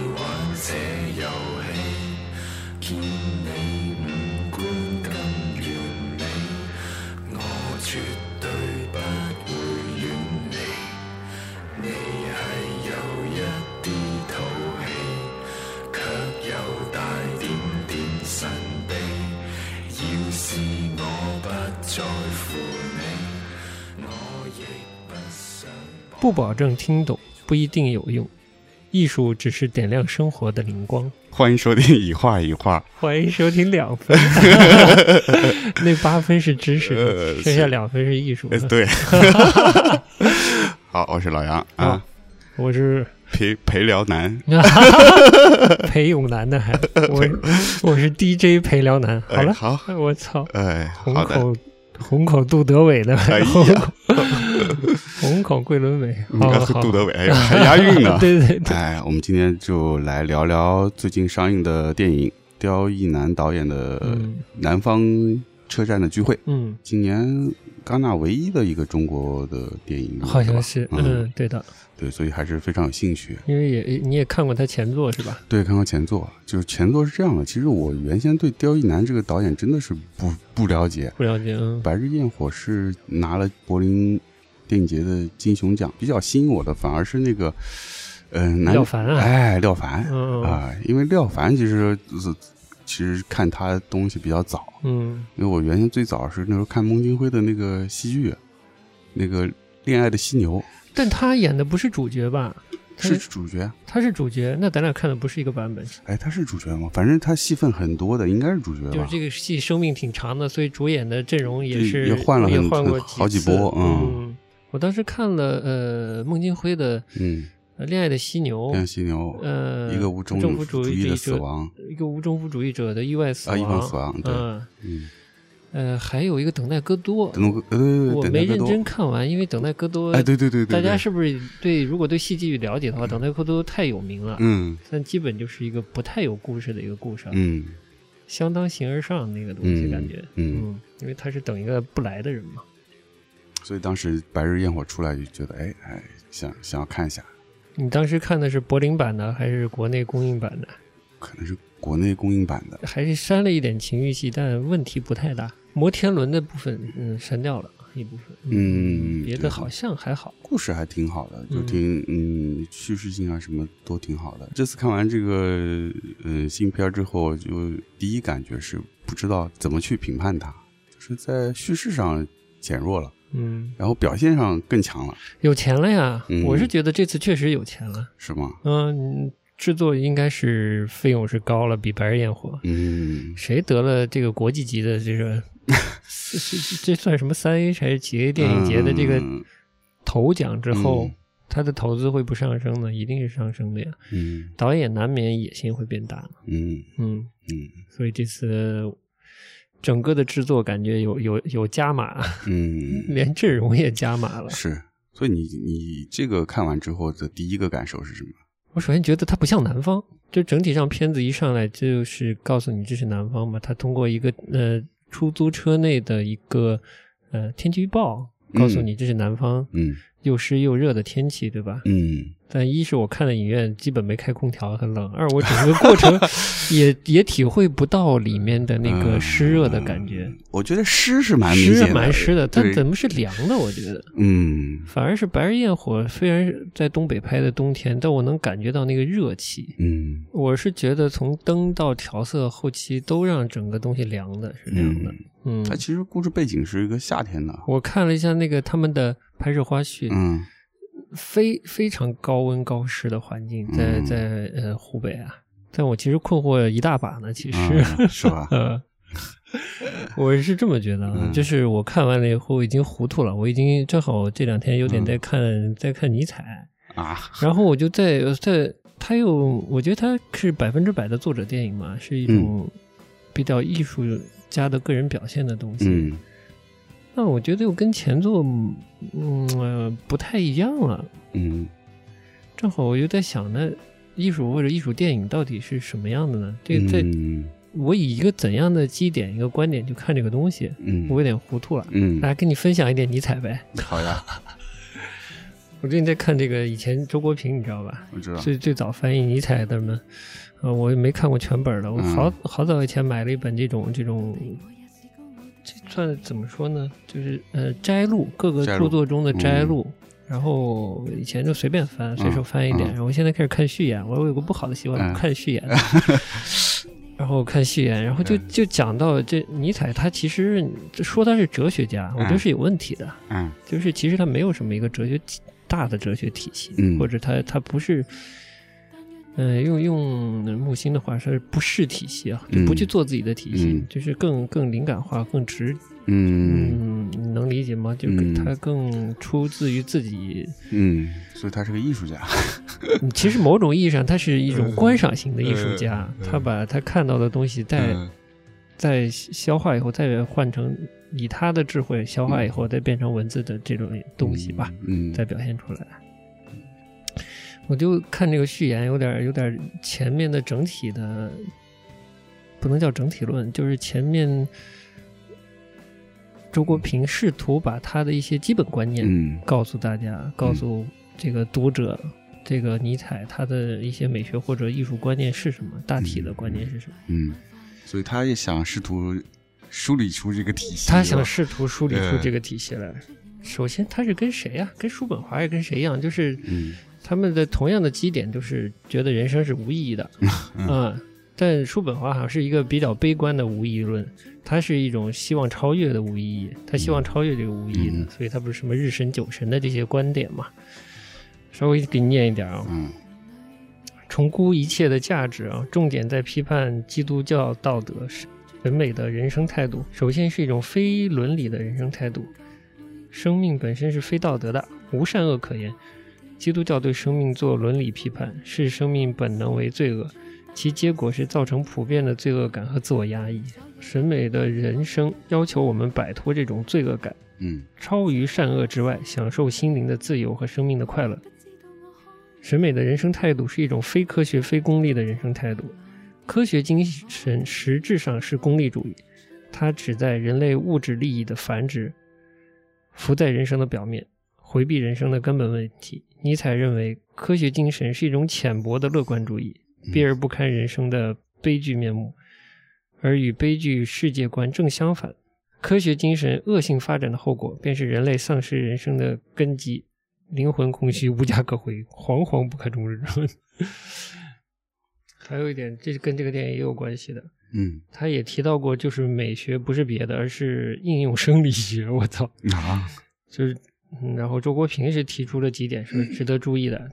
這遊戲，見你五官咁完美，我絕對不會遠離。你係有一啲土氣，卻又帶點點神秘。要是我不在乎你，我亦不想。不保证听懂，不一定有用。艺术只是点亮生活的灵光。欢迎收听一画一画， 欢迎收听两分，那八分是知识，呃剩下两分是艺术。呃，对， 好，我是老杨啊啊，我是陪陪聊男，裴勇男的，还我我是 DJ 裴辽南。好哎了，好，哎我操，哎，虹好的，口虹口杜德伟的，哎呀虹口虹口桂纶镁。你好刚好才好，杜德伟，哎呀，还押韵呢。 对对对，哎，我们今天就来聊聊最近上映的电影，刁亦男导演的《嗯南方车站的聚会》，嗯，今年戛纳唯一的一个中国的电影，好对像吧是，嗯嗯，，对的，对，所以还是非常有兴趣。因为也你也看过他前作是吧？对，看看前作，啊就是前作是这样的。其实我原先对刁亦男这个导演真的是不不了解，不了解，嗯《白日焰火》是拿了柏林电影节的金熊奖，比较吸引我的反而是那个，嗯、呃，男廖凡啊哎，廖凡啊、嗯嗯因为廖凡其实、呃其实看他的东西比较早，嗯，因为我原先最早是那时候看孟京辉的那个戏剧，那个《恋爱的犀牛但他演的不是主角吧？》他是主角，他是主角，那咱俩看的不是一个版本，哎，他是主角吗？反正他戏份很多的，应该是主角吧。就是这个戏生命挺长的，所以主演的阵容也对是也换了很也换过好几次波嗯嗯，我当时看了呃孟京辉的嗯，呃《恋爱的犀牛《恋爱》，犀牛》呃，一个无中政府主主义义的者死，亡，一个无政府主义者的意外死啊亡，意外死亡对嗯嗯，呃，还有一个等待戈多，等我呃，对对我对，等没待戈认多。真看完，因为等待戈多，哎，对对对对，大家对是不是对如果对戏剧了解的话，等待戈多太有名了，嗯但基本就是一个不太有故事的一个故事啊，嗯相当形而上那个东西嗯，感觉，嗯，嗯，因为他是等一个不来的人嘛，所以当时《白日焰火》出来就觉得，哎哎，想想要看一下，你当时看的是柏林版的，还是国内公映版的？可能是国内公映版的，还是删了一点情欲戏，但问题不太大。摩天轮的部分，嗯，删掉了一部分，嗯，别的对好像还好。故事还挺好的，就嗯挺嗯叙事性啊什么都挺好的。这次看完这个呃新片儿之后，就第一感觉是不知道怎么去评判它，就是在叙事上减弱了，嗯，然后表现上更强了，有钱了呀！嗯我是觉得这次确实有钱了。是吗？嗯，制作应该是费用是高了，比《白日焰火》嗯，谁得了这个国际级的这个， 这这这算什么三 A 还是几 A 电影节的这个嗯头奖之后嗯，他的投资会不上升呢？一定是上升的呀。嗯导演难免野心会变大嘛。嗯嗯，嗯所以这次整个的制作感觉有有有加码， 嗯，连阵容也加码了。是。所以你你这个看完之后的第一个感受是什么？我首先觉得它不像南方，就整体上片子一上来就是告诉你这是南方嘛。它通过一个呃出租车内的一个呃天气预报告诉你这是南方。嗯又湿又热的天气，对吧？嗯但一是我看的影院基本没开空调，很冷；二我整个过程 也也体会不到里面的那个湿热的感觉，嗯我觉得湿是嗯蛮明显湿的，蛮湿的，但对怎么是凉的？我觉得嗯反而是《白日焰火》，虽然是在东北拍的冬天，但我能感觉到那个热气。嗯我是觉得从灯到调色后期都让整个东西凉的，是凉的。嗯，嗯，它其实故事背景是一个夏天的，我看了一下那个他们的拍摄花絮，嗯非非常高温高湿的环境，在嗯在呃湖北啊，但我其实困惑一大把呢，其实，？啊 是吧 呃，我是这么觉得啊，嗯就是我看完了以后已经糊涂了，我已经正好这两天有嗯点在看、在看尼采， 啊，然后我就在在他又我觉得他是百分之百的作者电影嘛，是一嗯种比较艺术家的个人表现的东西，嗯那我觉得又跟前作嗯、呃不太一样了。嗯正好我就在想，那艺术或者艺术电影到底是什么样的呢？这这，嗯我以一个怎样的基点、一个观点去看这个东西，嗯我有点糊涂了。嗯来跟你分享一点尼采呗。好呀，我最近在看这个以前周国平，你知道吧？我知道，最最早翻译尼采的嘛，呃，我也没看过全本的，我嗯好好早以前买了一本这种这种，这算怎么说呢？就是呃摘录各个摘录著作中的摘嗯录。然后以前就随便翻，随手翻一点。嗯然后我现在开始看序言，我有个不好的习惯，嗯看序 言。然后看序言，然后嗯就就讲到这尼采，他其实说他是哲学家，我觉得嗯是有问题的。嗯就是其实他没有什么一个哲学体大的哲学体系，嗯或者他他不是，呃，用用木心的话说是不是体系啊，就嗯不去做自己的体系，嗯就是更更灵感化、更直，嗯嗯，你能理解吗？就嗯是他更出自于自己，嗯，所以他是个艺术家，嗯其实某种意义上，他是一种嗯观赏型的艺术家，嗯嗯他把他看到的东西再、嗯再消化以后，再换成以他的智慧消化以后，再变成文字的这种东西吧。，嗯，再表现出来。我就看这个序言，有点有点前面的整体的，不能叫整体论，就是前面周国平试图把他的一些基本观念嗯告诉大家，告诉这个读者，这个尼采他的一些美学或者艺术观念是什么，大体的观念是什么。嗯，所以他也想试图梳理出这个体系，他是吧想试图梳理出嗯这个体系来。首先，他是跟谁呀、跟叔本华也跟谁一样，就是嗯他们的同样的基点就是觉得人生是无意义的，啊、但叔本华好像是一个比较悲观的无意义论，他是一种希望超越的无意义，他希望超越这个无意义的，嗯所以他不是什么日神九神的这些观点嘛。稍微给你念一点啊，嗯重估一切的价值啊，重点在批判基督教道德审美的人生态度。首先是一种非伦理的人生态度，生命本身是非道德的，无善恶可言。基督教对生命做伦理批判，视生命本能为罪恶，其结果是造成普遍的罪恶感和自我压抑。审美的人生要求我们摆脱这种罪恶感，嗯超于善恶之外，享受心灵的自由和生命的快乐。审美的人生态度是一种非科学、非功利的人生态度。科学精神实质上是功利主义，它旨在人类物质利益的繁殖，浮在人生的表面，回避人生的根本问题。尼采认为，科学精神是一种浅薄的乐观主义，避而不堪人生的悲剧面目，而与悲剧世界观正相反。科学精神恶性发展的后果，便是人类丧失人生的根基，灵魂空虚，无家可归，惶惶不可终日。 还有一点，这是跟这个电影也有关系的。嗯他也提到过，就是美学不是别的，而是应用生理学。我操，啊就是，嗯，然后周国平是提出了几点是值得注意的。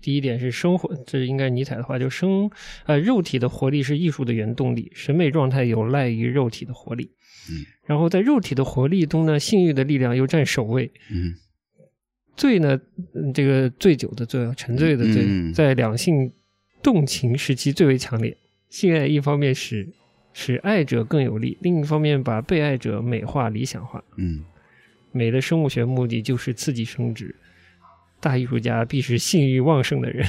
第一点是生活，这应该尼采的话，就生呃肉体的活力是艺术的原动力，审美状态有赖于肉体的活力。嗯，然后在肉体的活力中呢，性欲的力量又占首位。嗯醉呢，嗯这个醉酒的醉，沉醉的醉，嗯在两性动情时期最为强烈。性爱一方面使使爱者更有力，另一方面把被爱者美化、理想化。嗯美的生物学目的就是刺激生殖。大艺术家必是性欲旺盛的 人。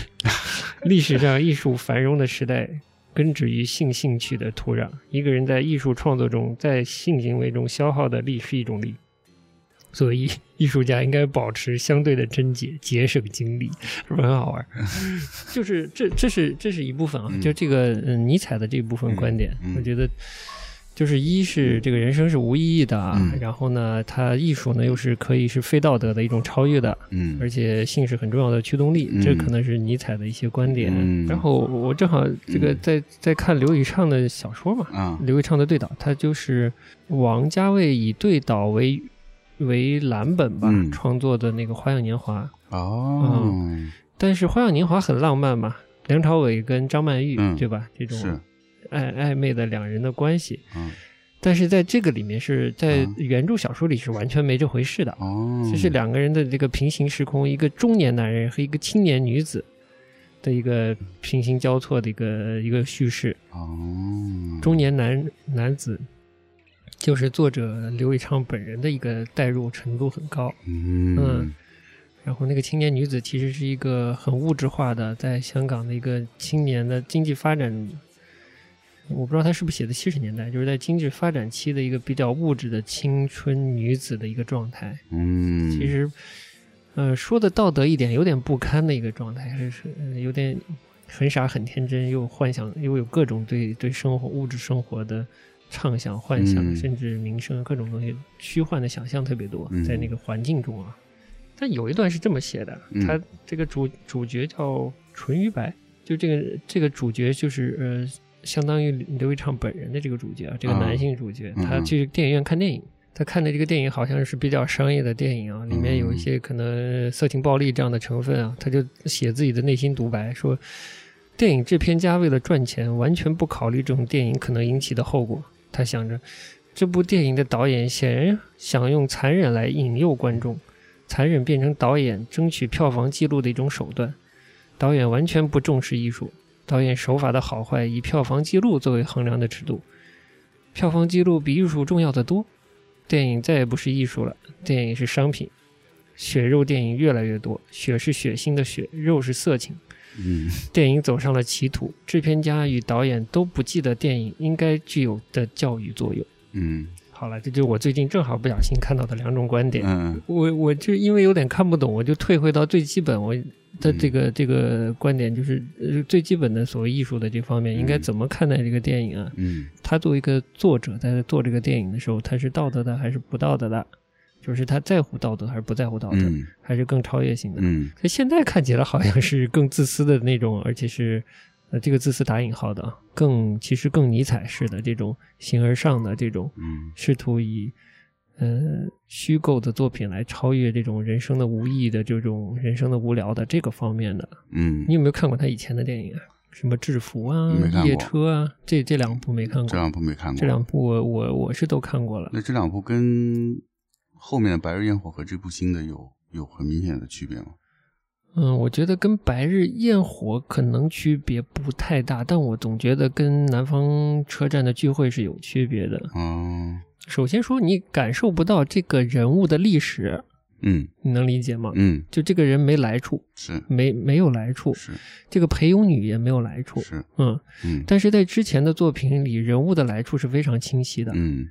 历史上艺术繁荣的时代，根植于性兴趣的土壤。一个人在艺术创作中，在性行为中消耗的力是一种力，所以艺术家应该保持相对的贞洁，节省精力，是不是很好玩？就是这，这是这是一部分啊，嗯就这个嗯尼采的这部分观点，嗯嗯我觉得。就是一是这个人生是无意义的啊，嗯然后呢，它艺术呢又是可以是非道德的一种超越的，嗯，而且性是很重要的驱动力，嗯这可能是尼采的一些观点。嗯然后我正好这个嗯在在看刘以畅的小说嘛，啊刘以畅的对导，他就是王家卫以对导为为蓝本吧、嗯创作的那个《花样年华》，哦，但是《花样年华》很浪漫嘛，梁朝伟跟张曼玉、嗯对吧？这种是暧暧昧的两人的关系，嗯但是在这个里面是在嗯原著小说里是完全没这回事的。嗯哦，这是两个人的这个平行时空，一个中年男人和一个青年女子的一个平行交错的一个一个叙事。哦中年男男子就是作者刘以畅本人的一个代入程度很高，嗯嗯然后那个青年女子其实是一个很物质化的，在香港的一个青年的经济发展。我不知道他是不是写的七十年代，就是在经济发展期的一个比较物质的青春女子的一个状态。嗯，其实呃，说的道德一点，有点不堪的一个状态，是是、呃有点很傻、很天真，又幻想，又有各种对对生活、物质生活的畅想、幻想，嗯甚至名声各种东西虚幻的想象特别多，嗯在那个环境中啊。但有一段是这么写的，嗯他这个主主角叫淳于白，就这个这个主角就是呃，相当于刘一畅本人的这个主角啊，这个啊男性主角，嗯他去电影院看电影。他看的这个电影好像是比较商业的电影啊，里面有一些可能色情、暴力这样的成分啊，他就写自己的内心独白，说电影制片家为了赚钱，完全不考虑这种电影可能引起的后果。他想着，这部电影的导演显然想用残忍来引诱观众，残忍变成导演争取票房记录的一种手段。导演完全不重视艺术，导演手法的好坏以票房记录作为衡量的尺度，票房记录比艺术重要的多。电影再也不是艺术了，电影是商品。血肉电影越来越多，血是血腥的血，肉是色情。嗯电影走上了歧途，制片家与导演都不记得电影应该具有的教育作用。嗯好了，这就是我最近正好不小心看到的两种观点。嗯我我就因为有点看不懂，我就退回到最基本我的这嗯个、这个观点，就是呃最基本的所谓艺术的这方面，嗯应该怎么看待这个电影啊？嗯他作为一个作者，在做这个电影的时候，他是道德的还是不道德的？就是他在乎道德还是不在乎道德，嗯还是更超越性的？嗯可现在看起来好像是更自私的那种，而且是，呃，这个自私打引号的啊，更其实更尼采式的这种形而上的这种，嗯试图以，呃，虚构的作品来超越这种人生的无意义的这种人生的无聊的这个方面的。嗯你，有没有看过他以前的电影啊？什么制服啊没看、过夜车啊，这这两部没看这过。两部没看过。这两部我我我是都看过了，那这两部跟后面的《白日焰火》和这部新的有有很明显的区别吗？嗯，我觉得跟《白日焰火》可能区别不太大，但我总觉得跟南方车站的聚会是有区别的。嗯首先说，你感受不到这个人物的历史，嗯你能理解吗？嗯，就这个人没来处，是没没有来处，是这个裴勇女也没有来处，是，嗯。嗯但是在之前的作品里，人物的来处是非常清晰的。嗯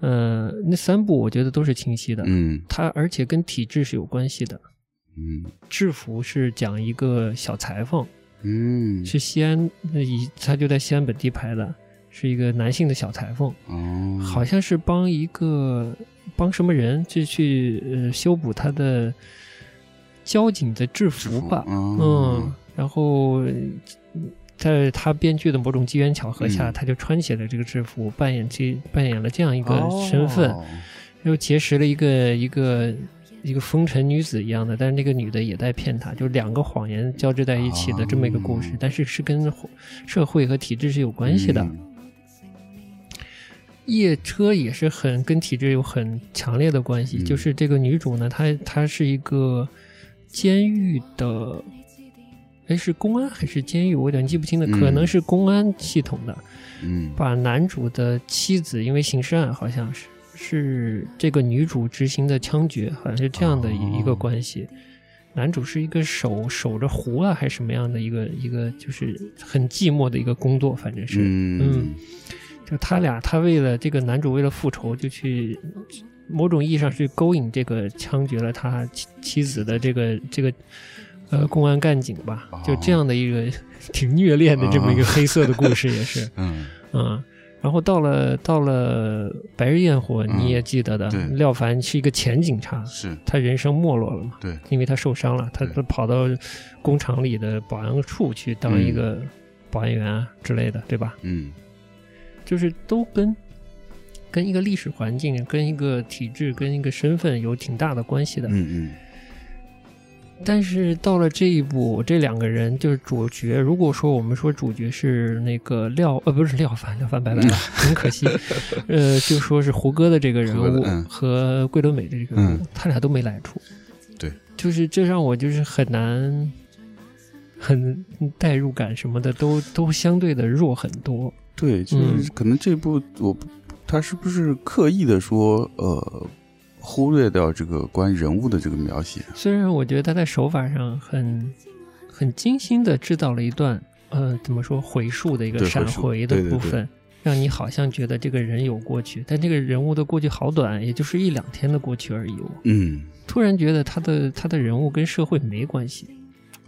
呃，那三部我觉得都是清晰的。嗯它而且跟体制是有关系的。嗯制服是讲一个小裁缝，嗯，是西安，呃以他就在西安本地拍的，是一个男性的小裁缝，哦，好像是帮一个帮什么人就去呃修补他的交警的制制服服吧，嗯嗯，然后呃在他编剧的某种机缘巧合下，嗯他就穿起了这个制服，扮演这扮演了这样一个身份，哦又结识了一个一个。一个风尘女子一样的，但是那个女的也在骗他，就是两个谎言交织在一起的这么一个故事，哦但是是跟社会和体制是有关系的。嗯夜车也是很跟体制有很强烈的关系，嗯就是这个女主呢，她她是一个监狱的，哎，是公安还是监狱？我有点记不清了，嗯可能是公安系统的，嗯把男主的妻子因为刑事案好像是是这个女主执行的枪决，好像是这样的一哦一个关系。男主是一个守守着湖啊，还是什么样的一个一个，就是很寂寞的一个工作，反正是。嗯就他俩，他为了这个男主为了复仇，就去某种意义上是勾引这个枪决了他妻妻子的这个这个呃公安干警吧哦，就这样的一个 挺虐恋的这么一个黑色的故事也是，嗯嗯。然后到了到了《白日焰火》，嗯你也记得的，对廖凡是一个前警察，嗯是他人生没落了嘛，对，因为他受伤了，他对他跑到工厂里的保安处去当一个保安员啊之类的，对吧？嗯就是都跟跟一个历史环境、跟一个体制、跟一个身份有挺大的关系的。嗯但是到了这一步，这两个人就是主角。如果说我们说主角是那个廖呃不是廖凡，廖凡 拜拜了，很可惜。呃，就说是胡歌的这个人胡歌物的嗯和桂纶镁的这个人物嗯，他俩都没来处。对，就是这让我就是很难。很代入感什么的都都相对的弱很多，对，嗯就是可能这部我不他是不是刻意的说呃忽略掉这个关于人物的这个描写？虽然我觉得他在手法上很很精心的制造了一段，呃，怎么说回溯的一个对闪回溯回的对对部对分，让你好像觉得这个人有过去，但这个人物的过去好短，也就是一两天的过去而已。我嗯突然觉得他的他的人物跟社会没关系，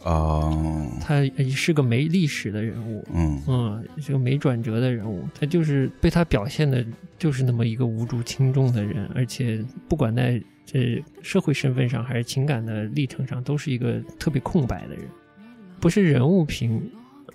哦，他呃是个没历史的人物，嗯嗯，是个没转折的人物，他就是被他表现的就是那么一个无足轻重的人，而且不管在这社会身份上还是情感的历程上，都是一个特别空白的人，不是人物评。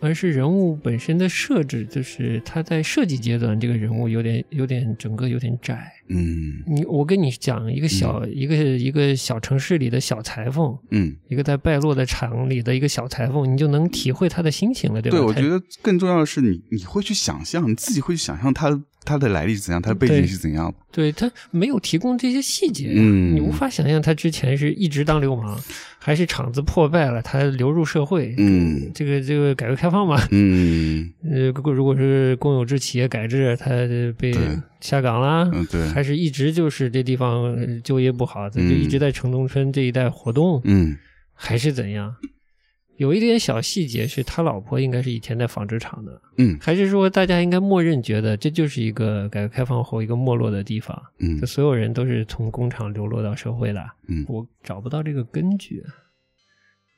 而是人物本身的设置，就是他在设计阶段，这个人物有点有点整个有点窄。嗯你我跟你讲一个小、一个一个小城市里的小裁缝，嗯，一个在败落的厂里的一个小裁缝，你就能体会他的心情了，对吧？对，我他觉得更重要的是你你会去想象，你自己会去想象他他的来历是怎样，他的背景对是怎样。对他没有提供这些细节呀、嗯你无法想象他之前是一直当流氓，还是厂子破败了，他流入社会。嗯这个这个改革开放嘛，嗯呃，如果如果是公有制企业改制，他被对下岗啦，嗯，对，还是一直就是这地方呃就业不好，他就嗯一直在城中村这一带活动，嗯还是怎样？有一点小细节是他老婆应该是以前在纺织厂的，嗯还是说大家应该默认觉得这就是一个改革开放后一个没落的地方？嗯就所有人都是从工厂流落到社会的，嗯我找不到这个根据。啊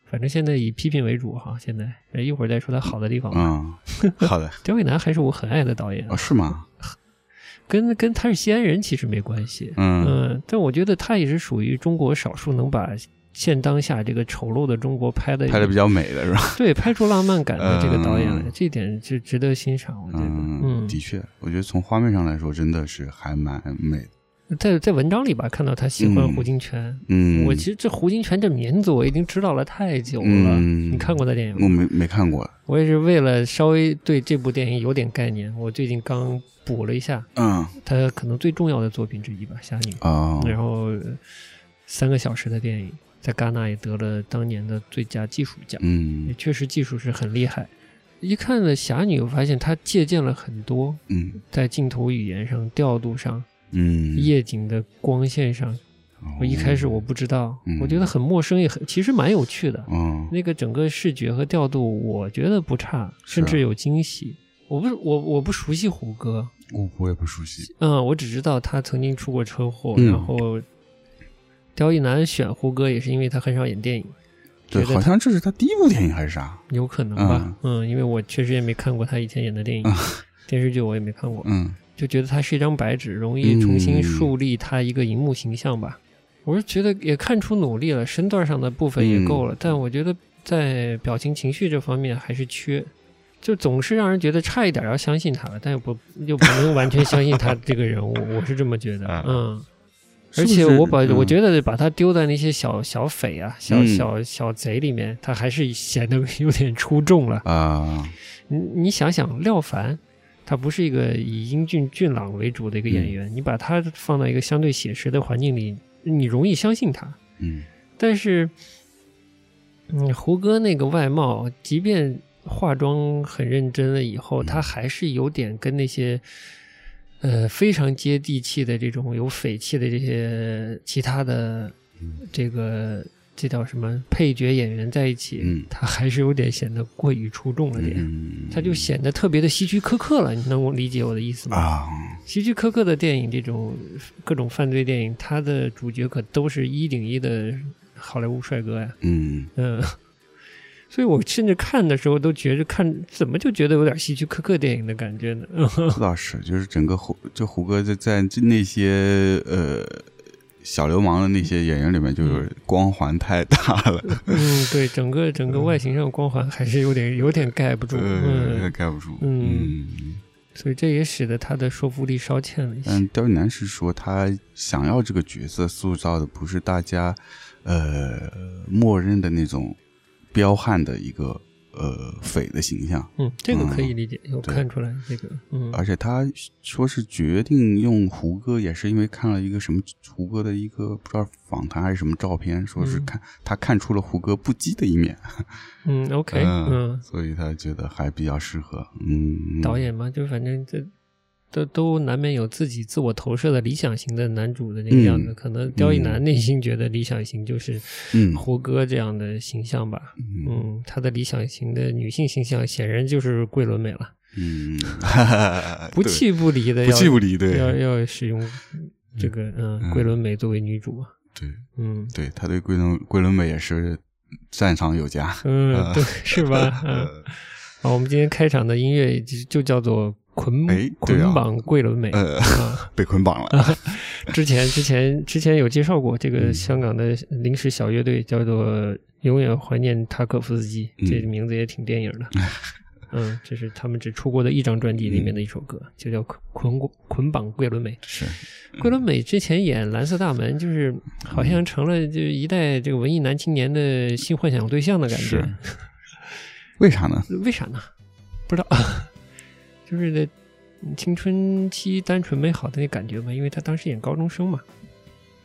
反正现在以批评为主哈，现在呃一会儿再说他好的地方吧。啊，好的刁亦男还是我很爱的导演，哦，是吗？跟跟他是西安人其实没关系，嗯嗯，但我觉得他也是属于中国少数能把现当下这个丑陋的中国拍的拍的比较美的是吧？对拍出浪漫感的这个导演来，嗯这一点是值得欣赏。我觉得，嗯，嗯，的确，我觉得从画面上来说，真的是还蛮美的。在在文章里吧看到他喜欢嗯胡金铨，嗯，我其实这胡金铨这名字我已经知道了太久了。嗯你看过他电影我吗？没没看过。我也是为了稍微对这部电影有点概念，我最近刚补了一下嗯他可能最重要的作品之一吧，《侠女》。哦，然后呃三个小时的电影，在戛纳也得了当年的最佳技术奖，也嗯确实技术是很厉害。一看了《侠女》，我发现他借鉴了很多，嗯在镜头语言上、调度上、嗯，哦夜景的光线上，我一开始我不知道，嗯我觉得很陌生，也很其实蛮有趣的。嗯那个整个视觉和调度，我觉得不差，是啊甚至有惊喜。我不我我不熟悉胡歌，我我也不熟悉。嗯，我只知道他曾经出过车祸，嗯然后刁亦男选胡歌也是因为他很少演电影，对，觉得好像这是他第一部电影还是啥？有可能吧，嗯因为我确实也没看过他以前演的电影。啊电视剧我也没看过，嗯就觉得他是一张白纸，容易重新树立他一个荧幕形象吧。我是觉得也看出努力了，身段上的部分也够了，嗯但我觉得在表情、情绪这方面还是缺，就总是让人觉得差一点要相信他了，但又不又不能完全相信他这个 人物，我是这么觉得啊。嗯，是而不且是我把嗯我觉得把他丢在那些小小匪啊、小嗯小小贼里面，他还是显得有点出众了。啊，你你想想，廖凡，他不是一个以英俊俊朗为主的一个嗯演员，你把他放到一个相对写实的环境里，你容易相信他。嗯但是，嗯，胡歌那个外貌，即便化妆很认真了以后，嗯他还是有点跟那些。呃，非常接地气的这种有匪气的这些其他的嗯这个这叫什么配角演员在一起，嗯他还是有点显得过于出众了点。嗯，他就显得特别的希区柯克了，你能理解我的意思吗？啊，希区柯克的电影，这种各种犯罪电影，他的主角可都是一顶一的好莱坞帅哥呀，嗯嗯， 所以我甚至看的时候都觉着看怎么就觉得有点希区柯克电影的感觉呢？ 这倒是，就是整个胡就胡歌在在那些呃小流氓的那些演员里面，就是光环太大了，嗯，对，整个整个外形上光环还是有点有点盖不住，呃，嗯，盖不住，嗯嗯所以这也使得他的说服力稍欠了一些但。刁亦男是说，他想要这个角色塑造的不是大家呃默认的那种彪悍的一个呃匪的形象，嗯，这个可以理解，有对看出来这个，嗯而且他说是决定用胡歌，也是因为看了一个什么胡歌的一个不知道访谈还是什么照片，说是嗯看、他看出了胡歌不羁的一面， 嗯，OK，嗯，所以他觉得还比较适合，嗯，导，演嘛，就反正这都都难免有自己自我投射的理想型的男主的那个样子。嗯可能刁亦男内心觉得理想型就是嗯胡歌这样的形象吧。嗯嗯，他的理想型的女性形象显然就是桂纶镁了。嗯，不弃不离的，不弃不离，要对要要使用这个嗯嗯桂纶镁作为女主嘛，对嗯对，他对桂纶桂纶镁也是赞赏有加。啊嗯，对，是 吧？嗯，好，我们今天开场的音乐就就叫做捆哎对啊捆绑桂纶镁呃啊。被捆 绑了，之前之前之前有介绍过这个嗯香港的临时小乐队，叫做“永远怀念塔可夫斯基”，嗯这名字也挺电影 的。嗯，这是他们只出过的一张专辑里面的一首歌，嗯就叫《捆捆捆绑桂纶镁》。是桂纶镁之前演《蓝色大门》，就是 好嗯像成了就一代这个文艺男青年的性幻想对象的感觉是。为啥呢？为啥呢？不知道， 就是的青春期单纯美好的那感觉嘛，因为他当时演高中生嘛，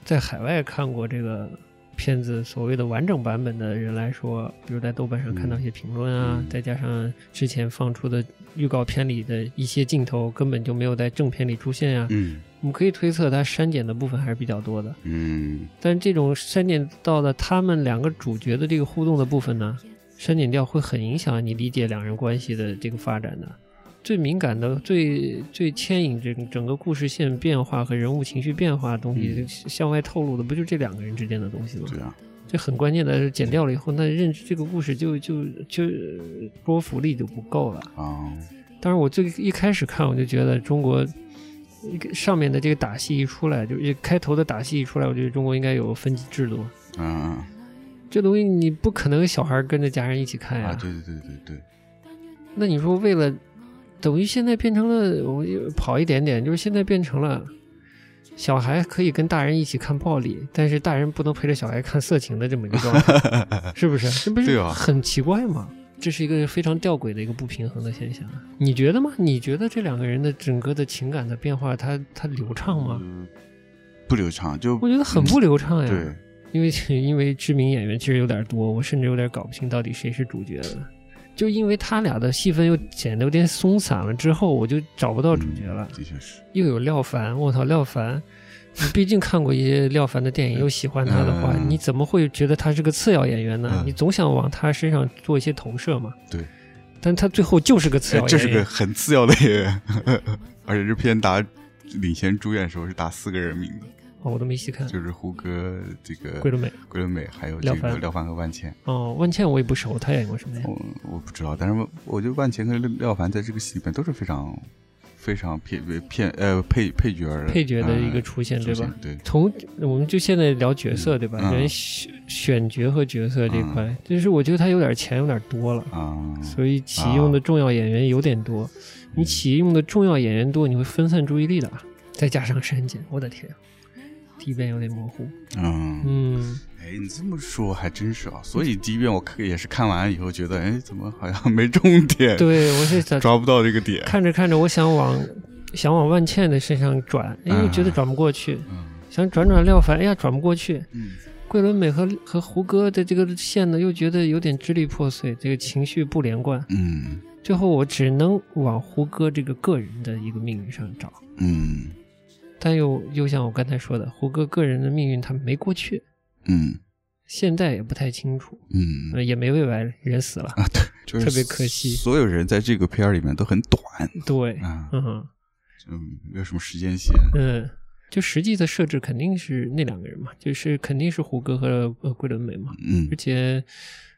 在海外看过这个片子所谓的完整版本的人来说，比如在豆瓣上看到一些评论啊，嗯再加上之前放出的预告片里的一些镜头根本就没有在正片里出现啊，嗯我们可以推测他删减的部分还是比较多的。嗯但这种删减到的他们两个主角的这个互动的部分呢，删减掉会很影响你理解两人关系的这个发展的。最敏感的、最最牵引整整个故事线变化和人物情绪变化的东西，嗯向外透露的不就这两个人之间的东西吗？对啊，这很关键的是剪掉了以后，那认知这个故事就就就呃说服力就不够了。啊，当然，我最一开始看我就觉得中国一个上面的这个打戏一出来，就是开头的打戏一出来，我觉得中国应该有分级制度。嗯这东西你不可能小孩跟着家人一起看哎呀。啊，对对对对对，那你说为了，等于现在变成了我又跑一点点，就是现在变成了。小孩可以跟大人一起看暴力，但是大人不能陪着小孩看色情的这么一个状态， 是不是？这不对是啊很奇怪吗？这是一个非常吊诡的一个不平衡的现象，啊你觉得吗？你觉得这两个人的整个的情感的变化，它它流畅吗？嗯不流畅，就我觉得很不流畅呀。对，因为 因为知名演员其实有点多，我甚至有点搞不清到底谁是主角了。就因为他俩的戏份又剪得有点松散了，之后我就找不到主角了。的确是。又有廖凡，我操，廖凡，你毕竟看过一些廖凡的电影，又喜欢他的话，嗯你怎么会觉得他是个次要演员呢？嗯你总想往他身上做一些投射嘛。对。但他最后就是个次要演员，哎这是个很次要的演员， 而且这片打领衔主演的时候是打四个人名的，哦，我都没细看。就是胡歌、这个桂纶镁桂纶镁，还有这廖个凡嗯廖凡和万茜。哦，万茜我也不熟，他演过什么呀？我我不知道，但是我觉得万茜和廖凡在这个戏里面都是非常非常配片呃配配角儿的配角的一个嗯出现，出对吧？现对，从我们就现在聊角色对吧？嗯人选选角和角色这块，就是我觉得他有点钱有点多了，啊，所以启用的重要演员有点多。你启用的重要演员多，你会分散注意力的啊。再加上删减，我的天啊，地面有点模糊。嗯，嗯，哎，你这么说还真是啊，所以第一遍我看也是看完以后觉得，哎，怎么好像没重点，对我是想抓不到这个点，看着看着，我想往想往万茜的身上转，哎，又觉得转不过去；嗯想转转廖凡，哎呀，转不过去。嗯桂纶镁和和胡歌的这个线呢，又觉得有点支离破碎，这个情绪不连贯。嗯最后我只能往胡歌这个个人的一个命运上找，嗯但又又像我刚才说的，胡歌个人的命运他没过去，嗯现在也不太清楚，嗯呃也没未来，人死 了，啊，对，就是特别可惜所有人在这个片儿里面都很短对，啊，嗯嗯，没有什么时间线，嗯，就实际的设置肯定是那两个人嘛，就是肯定是胡歌和呃桂纶镁嘛，嗯而且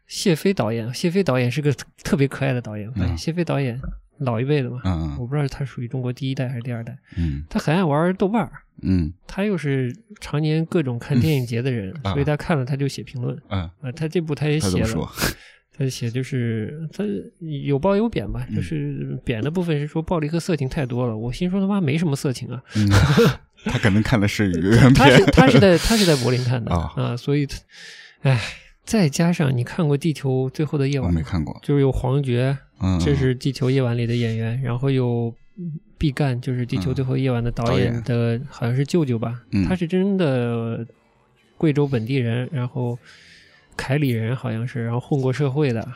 谢飞导演，谢飞导演是个特特别可爱的导演，我发现嗯谢飞导演老一辈的嘛，我嗯不知道他属于中国第一代还是第二代，嗯他很爱玩豆瓣儿。嗯他又是常年各种看电影节的人，啊所以他看了他就写评论。嗯，啊，他这部他也他怎写么了说，？ 他写就是他有褒有贬吧，嗯就是贬的部分是说暴力和色情太多了。我心说他妈没什么色情啊， 嗯他可能看的是语言他片是他是在他是在柏林看的啊啊，所以他，哎，再加上你看过《地球最后的夜我晚》没吗？看过，就是有黄觉，嗯，这是《地球夜晚》里的演员，然后有毕赣，就是《地球最后夜晚》的导嗯演的，好像是舅舅吧，嗯他是真的贵州本地人，然后凯里人好像是，然后混过社会的，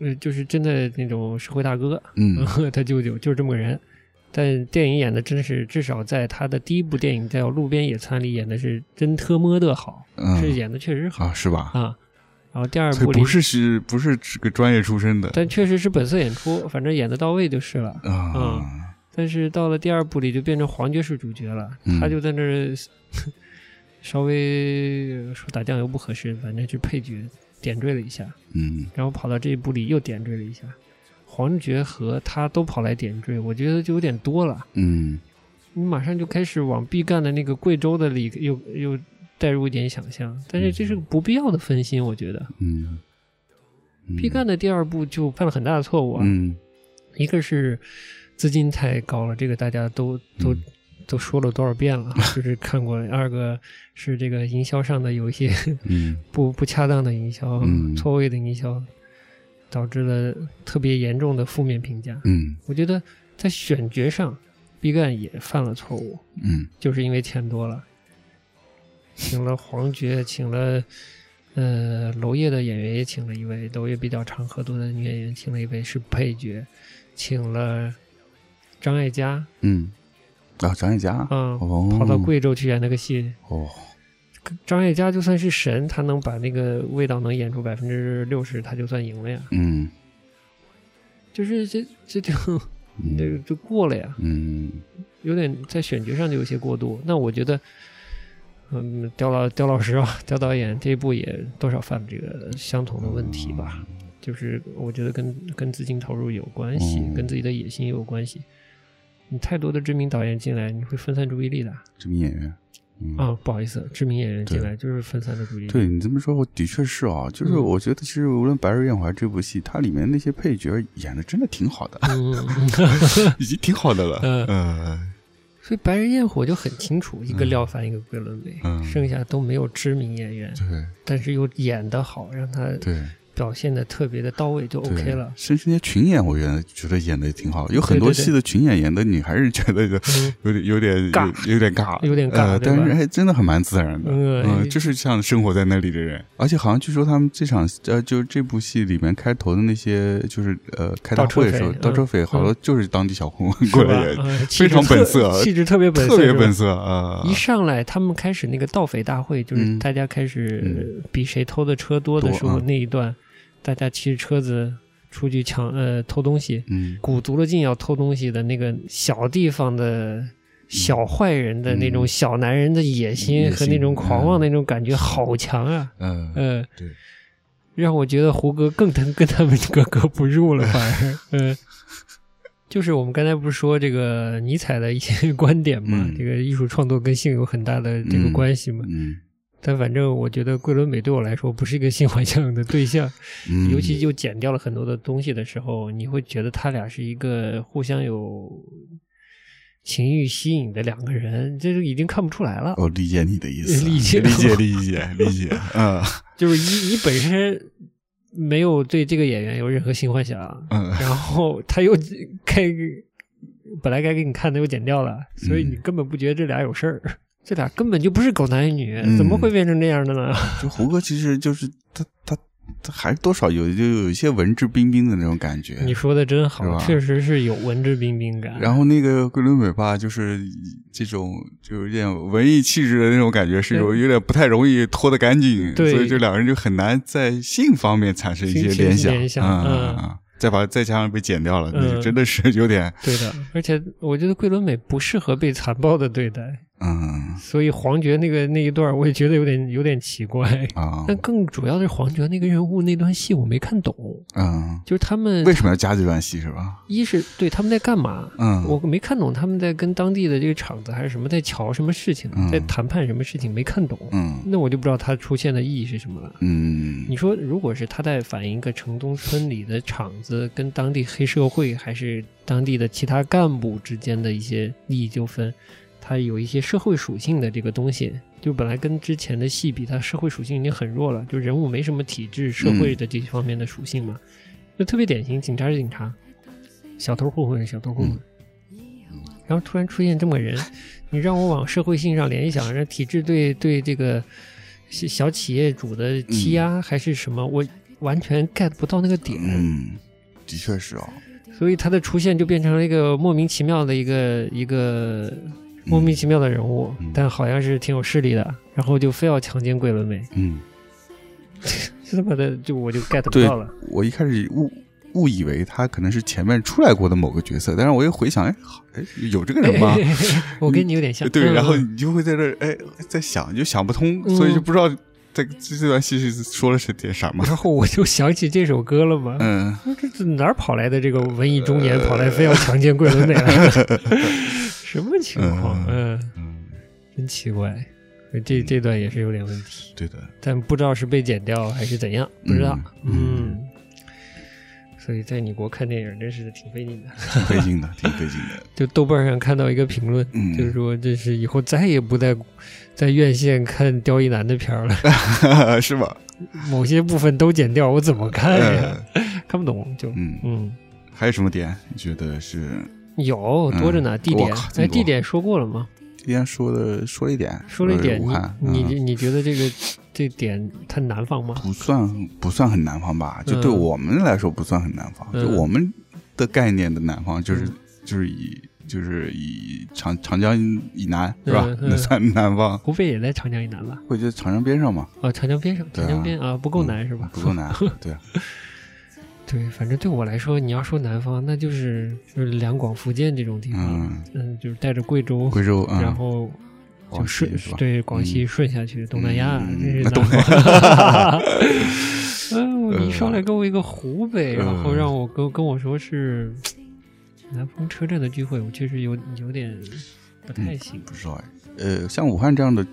呃，就是真的那种社会大哥，嗯 他舅舅就是这么个人。但电影演的真是，至少在他的第一部电影叫《路边野餐》里演的是真特么的好，嗯是演的确实好啊是吧？啊。然后第二所部以里不，是是不是这个专业出身的但确实是本色演出，反正演的到位就是了。啊？但是到了第二部里，就变成黄觉是主角了，嗯他就在那儿 稍微说打酱油不合适，反正就配角点缀了一下，嗯然后跑到这一部里又点缀了一下，黄觉和他都跑来点缀，我觉得就有点多了。嗯你马上就开始往毕赣的那个贵州的里又又带入一点想象，但是这是个不必要的分心，我觉得嗯，毕赣的第二部就犯了很大的错误啊，嗯一个是资金太高了，这个大家都都、嗯都说了多少遍了， 就是看过；二个是这个营销上的有一些 嗯不不恰当的营销、嗯错位的营销，导致了特别严重的负面评价。嗯我觉得在选角上，毕赣也犯了错误。嗯就是因为钱多了，请了黄觉，请了呃娄烨的演员也请了一位，娄烨比较长合同的女演员请了一位是配角，请了张艾嘉，嗯，啊，张艾嘉嗯，哦，跑到贵州去演那个戏。哦，张艾嘉就算是神，他能把那个味道能演出百分之六十，他就算赢了呀。嗯就是这这就这个嗯就过了呀。嗯有点在选角上就有些过度。那我觉得，嗯，刁老刁老师啊，刁导演这一部也多少犯了这个相同的问题吧，就是我觉得跟跟资金投入有关系，嗯跟自己的野心也有关系。你太多的知名导演进来，你会分散注意力的这名演员，嗯啊！不好意思，知名演员进来就是分散了注意力。对你这么说，我的确是啊，就是嗯我觉得，其实无论《白日焰华》这部戏，它里面那些配角演的真的挺好 的，嗯，嗯已经挺好的了。嗯嗯所以《白日焰火》就很清楚，一个廖凡，一个桂纶镁，嗯剩下都没有知名演员，但是又演得好，让他对对表现的特别的到位就 OK 对了。甚至那些群演，我觉得觉得演的也挺好，有很对多对对戏的群演演的，你还是觉得有嗯有点有点尬有有点尬，有点尬呃对吧但是还真的还蛮自然的，嗯嗯，就是像生活在那里的人。而且好像据说他们这场呃，就是这部戏里面开头的那些，就是呃开大倒车会的时候，匪倒车嗯匪好多就是当地小混混是过吧来演，呃气非质常特本色气质特别本色，特别本色。色啊！一上来，他们开始那个盗匪大会，就是嗯大家开始比谁偷的车多的时候，多嗯那一段，大家骑着车子出去抢呃偷东西，嗯鼓足了劲要偷东西的那个小地方的小坏人的那种嗯小男人的野心野和那种心狂妄的嗯那种感觉，好强啊！嗯嗯，对，让我觉得胡歌更跟跟他们格格不入了，反而，嗯，就是我们刚才不是说这个尼采的一些观点嘛，嗯这个艺术创作跟性有很大的这个关系嘛。嗯但反正我觉得桂纶镁对我来说不是一个性幻想的对象，嗯，尤其就剪掉了很多的东西的时候，你会觉得他俩是一个互相有情欲吸引的两个人，这就已经看不出来了。哦我理解你的意思，啊理解理解理解理解， 嗯 就是你你本身没有对这个演员有任何性幻想，嗯然后他又 该本来该给你看的又剪掉了，所以你嗯根本不觉得这俩有事儿，这俩根本就不是狗男女，嗯怎么会变成这样的呢？ 就胡歌其实就是他他他还是多少有就有一些文质彬彬的那种感觉。你说的真是好，吧确实是有文质彬彬感。然后那个桂纶镁吧，就是这种就有点文艺气质的那种感觉，是有有点不太容易脱得干净，对所以这两个人就很难在性方面产生一形些成联想，联想嗯嗯嗯，再把再加上被剪掉了，那就嗯真的是 有点， 对的，而且我觉得桂纶镁不适合被残暴的对待，嗯所以黄觉那个那一段我也觉得有点有点奇怪。啊但更主要的是黄觉那个人物那段戏我没看懂，嗯，就是他们为什么要加这段戏是吧？一是对他们在干嘛，嗯，我没看懂他们在跟当地的这个厂子还是什么在瞧什么事情，嗯在谈判什么事情，没看懂。嗯那我就不知道他出现的意义是什么了。嗯你说，如果是他在反映一个城中村里的厂子跟当地黑社会还是当地的其他干部之间的一些利益纠纷，它有一些社会属性的这个东西，就本来跟之前的戏比，它社会属性已经很弱了，就人物没什么体制社会的这方面的属性嘛，就特别典型，警察是警察，小偷混混是小偷混混。然后突然出现这么个人，你让我往社会性上联想，让体制对对这个小小企业主的欺压还是什么，我完全 get 不到那个点，嗯，的确是哦，所以他的出现就变成了一个莫名其妙的一个一个莫名其妙的人物，嗯但好像是挺有势力的，然后就非要强奸桂纶镁，嗯是他妈的，就我就 get 不对到了。我一开始误误以为他可能是前面出来过的某个角色，但是我又回想，哎，好哎有这个人 吗？ 我跟你有点像。对，嗯然后嗯你就会在这儿哎在想，就想不通，嗯所以就不知道在这这段戏是说了是点啥嘛。然后我就想起这首歌了嘛。嗯，我说这哪儿跑来的这个文艺中年，跑来非要强奸桂纶镁 来的？什么情况？嗯，真奇怪。这这段也是有点问题，对的，但不知道是被剪掉还是怎样，不知道。嗯，所以在你国看电影真是挺费劲的。挺费劲的，挺费劲的。就豆瓣上看到一个评论，嗯就是说这是以后再也不在在院线看刁亦男的片儿 了， 是吧？某些部分都剪掉，我怎么看哎呀？看不懂就嗯，嗯。还有什么点？你觉得是有多着呢，嗯地点我靠，这哎，么多地点说过了吗？今天说的说了一点，说了一点武汉，，你嗯你你觉得这个这点它南方吗？不算不算很南方吧？就对嗯我们来说不算很南方，嗯就我们的概念的南方就是嗯就是以就是以长长江以南是吧嗯？嗯那算南方，湖北也在长江以南吧？会觉得长江边上嘛，啊，长江边上，对啊嗯长江边啊，不够南是吧？不 够南，对啊，对，反正对我来说，你要说南方，那就是就是两广、福建这种地方，嗯，嗯，就是带着贵州，贵州，然嗯，后就广西顺是吧？对广西顺下去，东南亚嗯这是那南方。 嗯，你上来跟我一个湖北，呃然后让我跟跟我说是南方车站的聚会，我确实有有点不太行。不知道哎，呃，像武汉这样的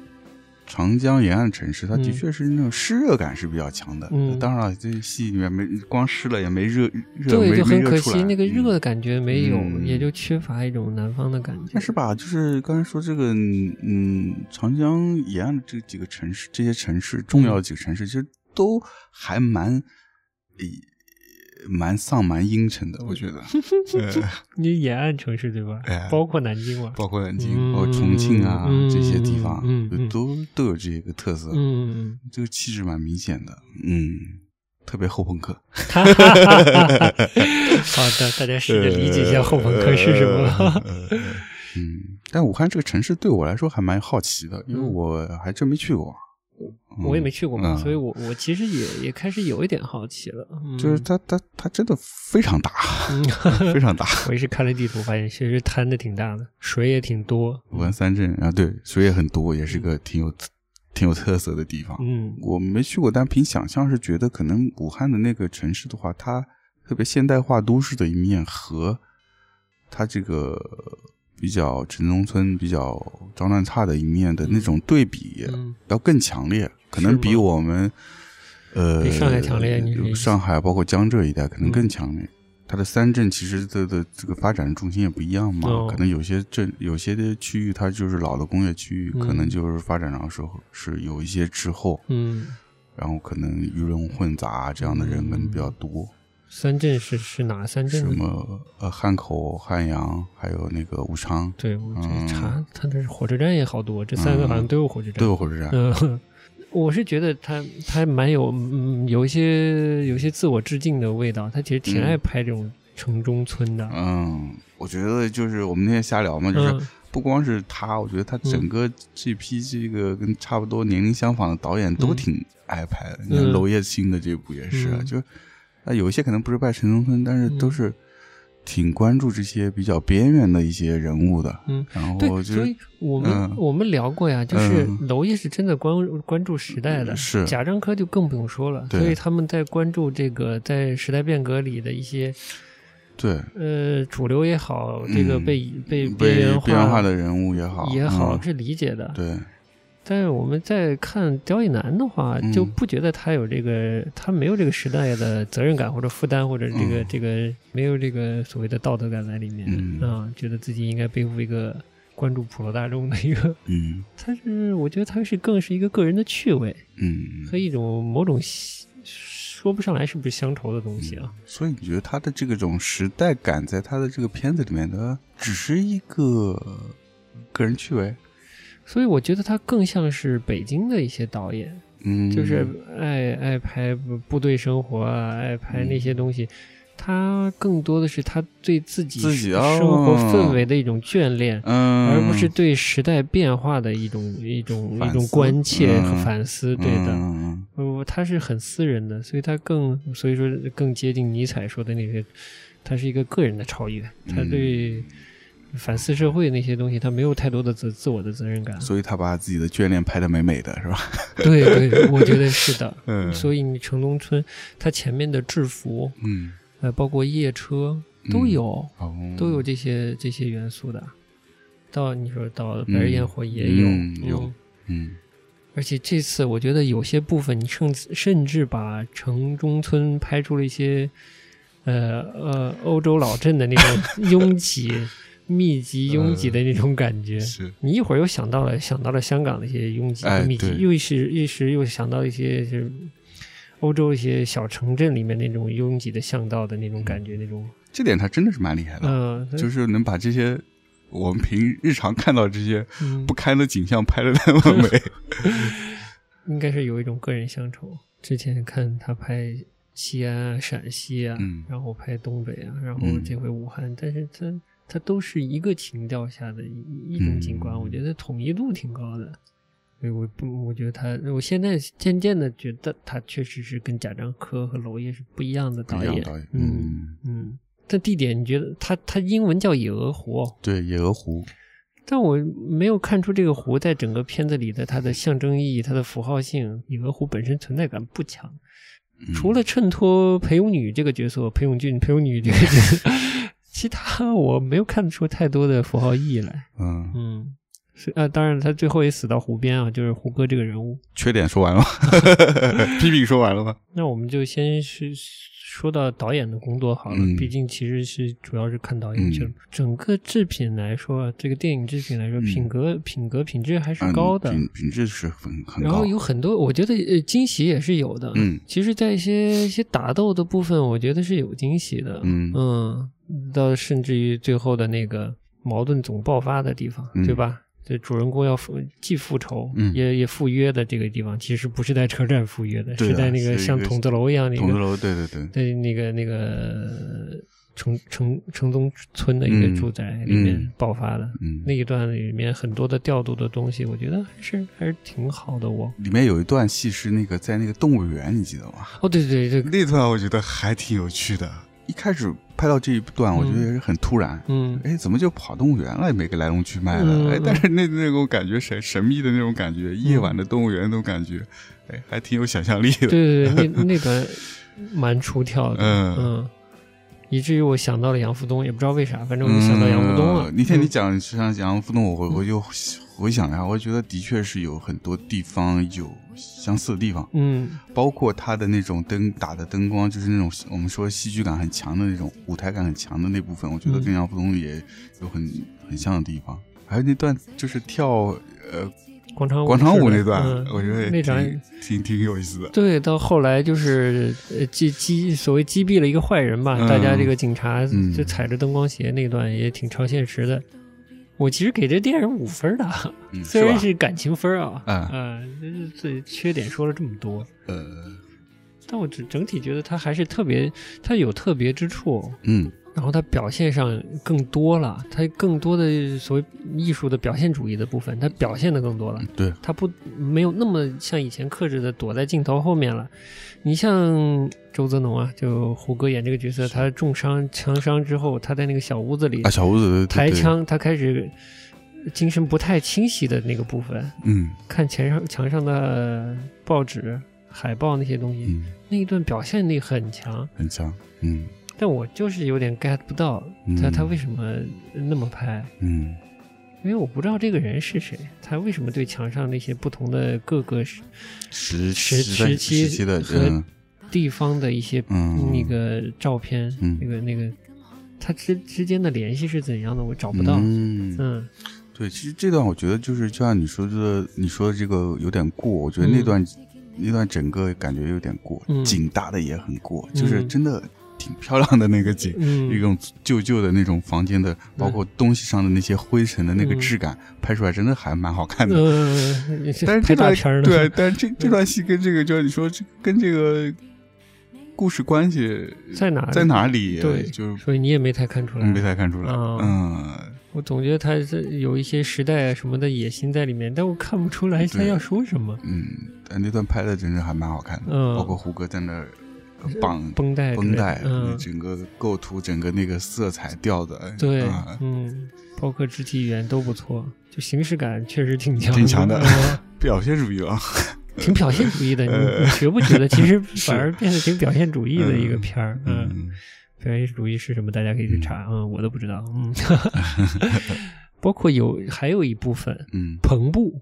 长江沿岸城市，它的嗯确是那种湿热感是比较强的。嗯当然了，这戏里面没光湿了，也没热热，对，没就没很热可出来。惜，那个热嗯的感觉没有，嗯也就缺乏一种南方的感觉。但是吧，就是刚才说这个，嗯，长江沿岸的这几个城市，这些城市嗯重要的几个城市，其实都还蛮，呃蛮丧、蛮阴沉的。我觉 得，呃你沿岸城市对吧哎？包括南京嘛。包括南嗯京、包括重庆啊嗯这些地方嗯嗯，嗯都都有这些个特色。嗯嗯， 嗯这个气质蛮明显的，嗯，特别后朋克。哈哈哈哈哈！好的，大家试着理解一下后朋呃克是什么。 嗯，但武汉这个城市对我来说还蛮好奇的，因为嗯我还真没去过，嗯我也没去过嘛，嗯所以我我其实也也开始有一点好奇了。嗯、就是它它它真的非常大， 非常大。 我也是看了地图，发现其实滩的挺大的，水也挺多。武汉三镇啊，对，水也很多，也是个挺有挺有特色的地方。 嗯我没去过，但凭想象是觉得，可能武汉的那个城市的话，它特别现代化都市的一面和它这个比较城中村、比较脏乱差的一面的那种对比嗯要更强烈，可能是吗比我们呃比上海强烈你是嗯意思上海包括江浙一带可能更强烈。它的三镇其实的的这个发展重心也不一样嘛，哦可能有些镇、有些的区域它就是老的工业区域，可嗯能就是发展上是后是有一些滞后，嗯，然后可能鱼龙混杂这样的人可能比较多，三镇是是哪三镇什呢？么呃汉口、汉阳，还有那个武昌对，我这嗯查它的火车站也好多，这三个好像都有火车站都。有火车站。嗯， 我是觉得他他蛮有嗯有一些有一些自我致敬的味道，他其实挺嗯爱拍这种城中村的。嗯，我觉得就是我们那天瞎聊嘛，就是嗯不光是他，我觉得他整个这批这个跟差不多年龄相仿的导演都嗯挺爱拍的。你看嗯娄烨新的这部也是啊，嗯就啊有一些可能不是拍城中村，但是都嗯是挺关注这些比较边缘的一些人物的。嗯，然对后，就所以我们、嗯我们聊过呀，就是嗯娄烨是真的关关注时代的，是贾樟柯就更不用说了，对所以他们在关注这个在时代变革里的一些对呃主流也好，这个嗯被、被被缘边缘化的人物也好也好、嗯是理解的，对，但是我们在看刁亦男的话，嗯就不觉得他有这个，他没有这个时代的责任感或者负担，或者这个、嗯这个没有这个所谓的道德感在里面嗯啊、觉得自己应该背负一个关注普罗大众的一个，嗯他是我觉得他是更是一个个人的趣味嗯和一种某种喜说不上来是不是乡愁的东西啊，嗯所以你觉得他的这个种时代感，在他的这个片子里面呢，只是一个个人趣味，所以我觉得他更像是北京的一些导演，嗯，就是爱爱拍部队生活啊，爱拍那些东西。他更多的是他对自己嗯自己生活哦氛围的一种眷恋，嗯，而不是对时代变化的一种一种反一种思关切和嗯反思。对的，嗯不、他呃是很私人的，所以他更所以说更接近尼采说的那个，他是一个个人的超越，他嗯对反思社会那些东西，他没有太多的责自我的责任感。所以他把自己的眷恋拍的美美的，是吧？对 对，我觉得是的。嗯所以你城中村，它前面的制服，嗯，呃，包括夜车都嗯有，哦都有这些这些元素的。到你说到白日焰火也有，嗯有嗯而且这次我觉得有些部分，你甚甚至把城中村拍出了一些，呃呃，欧洲老镇的那种拥挤、密集、拥挤的那种感觉。是你一会儿又想到了想到了香港的一些拥挤嗯哎密集，对又是一时又想到一些是欧洲一些小城镇里面那种拥挤的巷道的那种感觉，那种这点他真的是蛮厉害的，嗯，就是能把这些我们平日常看到这些嗯不堪的景象拍的那么美， 应该是有一种个人乡愁。之前看他拍西安啊、陕西啊，嗯然后拍东北啊，然后嗯这回武汉，但是他他都是一个情调下的一一种景观，嗯我觉得统一度挺高的。所以我不，我觉得他，我现在渐渐的觉得他确实是跟贾樟柯和娄烨是不一样的导不一演样导演，嗯嗯，嗯。但地点，你觉得他他英文叫野鹅湖哦，对，野鹅湖，但我没有看出这个湖在整个片子里的它的象征意义、它的符号性。野鹅湖本身存在感不强，嗯除了衬托裴勇女这个角色，裴勇俊、裴勇女这个角色， 其他我没有看出太多的符号意义来。嗯，嗯，是啊，当然他最后也死到湖边啊，就是胡歌这个人物。缺点说完 了吗？批评说完了吗？那我们就先是说到导演的工作好了，嗯毕竟其实是主要是看导演去了。整个制品来说，啊这个电影制品来说，嗯品格、品格、品质还是高的。嗯品品质是很很然高后，有很多，我觉得呃惊喜也是有的。嗯，其实，在一些一些打斗的部分，我觉得是有惊喜的。嗯嗯，到甚至于最后的那个矛盾总爆发的地方，嗯对吧？这主人公要复既复仇，嗯也也赴约的这个地方，其实不是在车站赴约的， 对啊是在那是一个个像筒子楼一样那筒子个楼，对对对，对那个那个城城城中村的一个嗯住宅里面嗯爆发的。嗯，那一段里面很多的调度的东西，我觉得还是还是挺好的。我里面有一段戏是那个在那个动物园，你记得吗？哦，对 对对，那段我觉得还挺有趣的。一开始拍到这一段，我觉得也是很突然。嗯，哎，怎么就跑动物园了？也没个来龙去脉嗯了。哎嗯，但是那那种感觉神神秘的那种感觉，夜晚的动物园那种感觉，哎，还挺有想象力对的。对对，那 那段蛮出挑的，嗯嗯，以至于我想到了杨福东，也不知道为啥，反正我就想到杨福东了。嗯那天你嗯讲像杨福东，我我就回想了一下，我觉得的确是有很多地方有相似的地方，嗯包括他的那种灯打的灯光，就是那种我们说戏剧感很强的那种舞台感很强的那部分，我觉得跟杨福东也有很很像的地方。还有那段就是跳呃广场舞广场舞是的那段，嗯我觉得也那场挺挺挺有意思的。对，到后来就是呃击击所谓击毙了一个坏人吧，嗯大家这个警察嗯就踩着灯光鞋那段也挺超现实的。我其实给这电影五分的，嗯，虽然是吧是感情分啊，嗯嗯，这是最缺点说了这么多，呃但我整整体觉得它还是特别，它有特别之处，嗯然后它表现上更多了，它更多的所谓艺术的表现主义的部分，它表现的更多了。对，它不没有那么像以前克制的躲在镜头后面了。你像周泽农啊，就胡歌演这个角色，他重伤枪伤之后，他在那个小屋子里啊，小屋子抬，对对枪，他开始精神不太清晰的那个部分，嗯看墙上墙上的报纸、海报那些东西，嗯，那一段表现力很强。很强，嗯但我就是有点 get 不到嗯他他为什么那么拍，嗯因为我不知道这个人是谁，他为什么对墙上那些不同的各个时时时时期期的和嗯地方的一些嗯那个照片，嗯那个那个，他之之间的联系是怎样的，我找不到。嗯嗯对，其实这段我觉得就是就像你说的，你说的这个有点过，我觉得那段、那段整个感觉有点过，嗯景搭的也很过，就是嗯真的挺漂亮的那个景，一嗯，种旧旧的那种房间的，包括东西上的那些灰尘的那个嗯质感，拍出来真的还蛮好看的。呃，但是 拍这大段片儿呢？对，但是这这段戏跟这个，就是你说这跟这个故事关系在哪儿在哪里，哎对，就所以你也没太看出来，没太看出来。啊嗯，我总觉得他这有一些时代啊什么的野心在里面，但我看不出来他对要说什么。嗯，但那段拍的真是还蛮好看的，嗯包括胡歌在那儿呃绑绷带之类的，绷带，嗯，整个构图，整个那个色彩调的，对啊，嗯，包括肢体语言都不错，就形式感确实挺强，挺强的嗯表现主义啊，挺表现主义的。呃你你觉不觉得， 其实反而变得挺表现主义的一个片儿？嗯，嗯表现主义是什么？大家可以去查，嗯，我都不知道。 嗯，包括有还有一部分嗯篷布，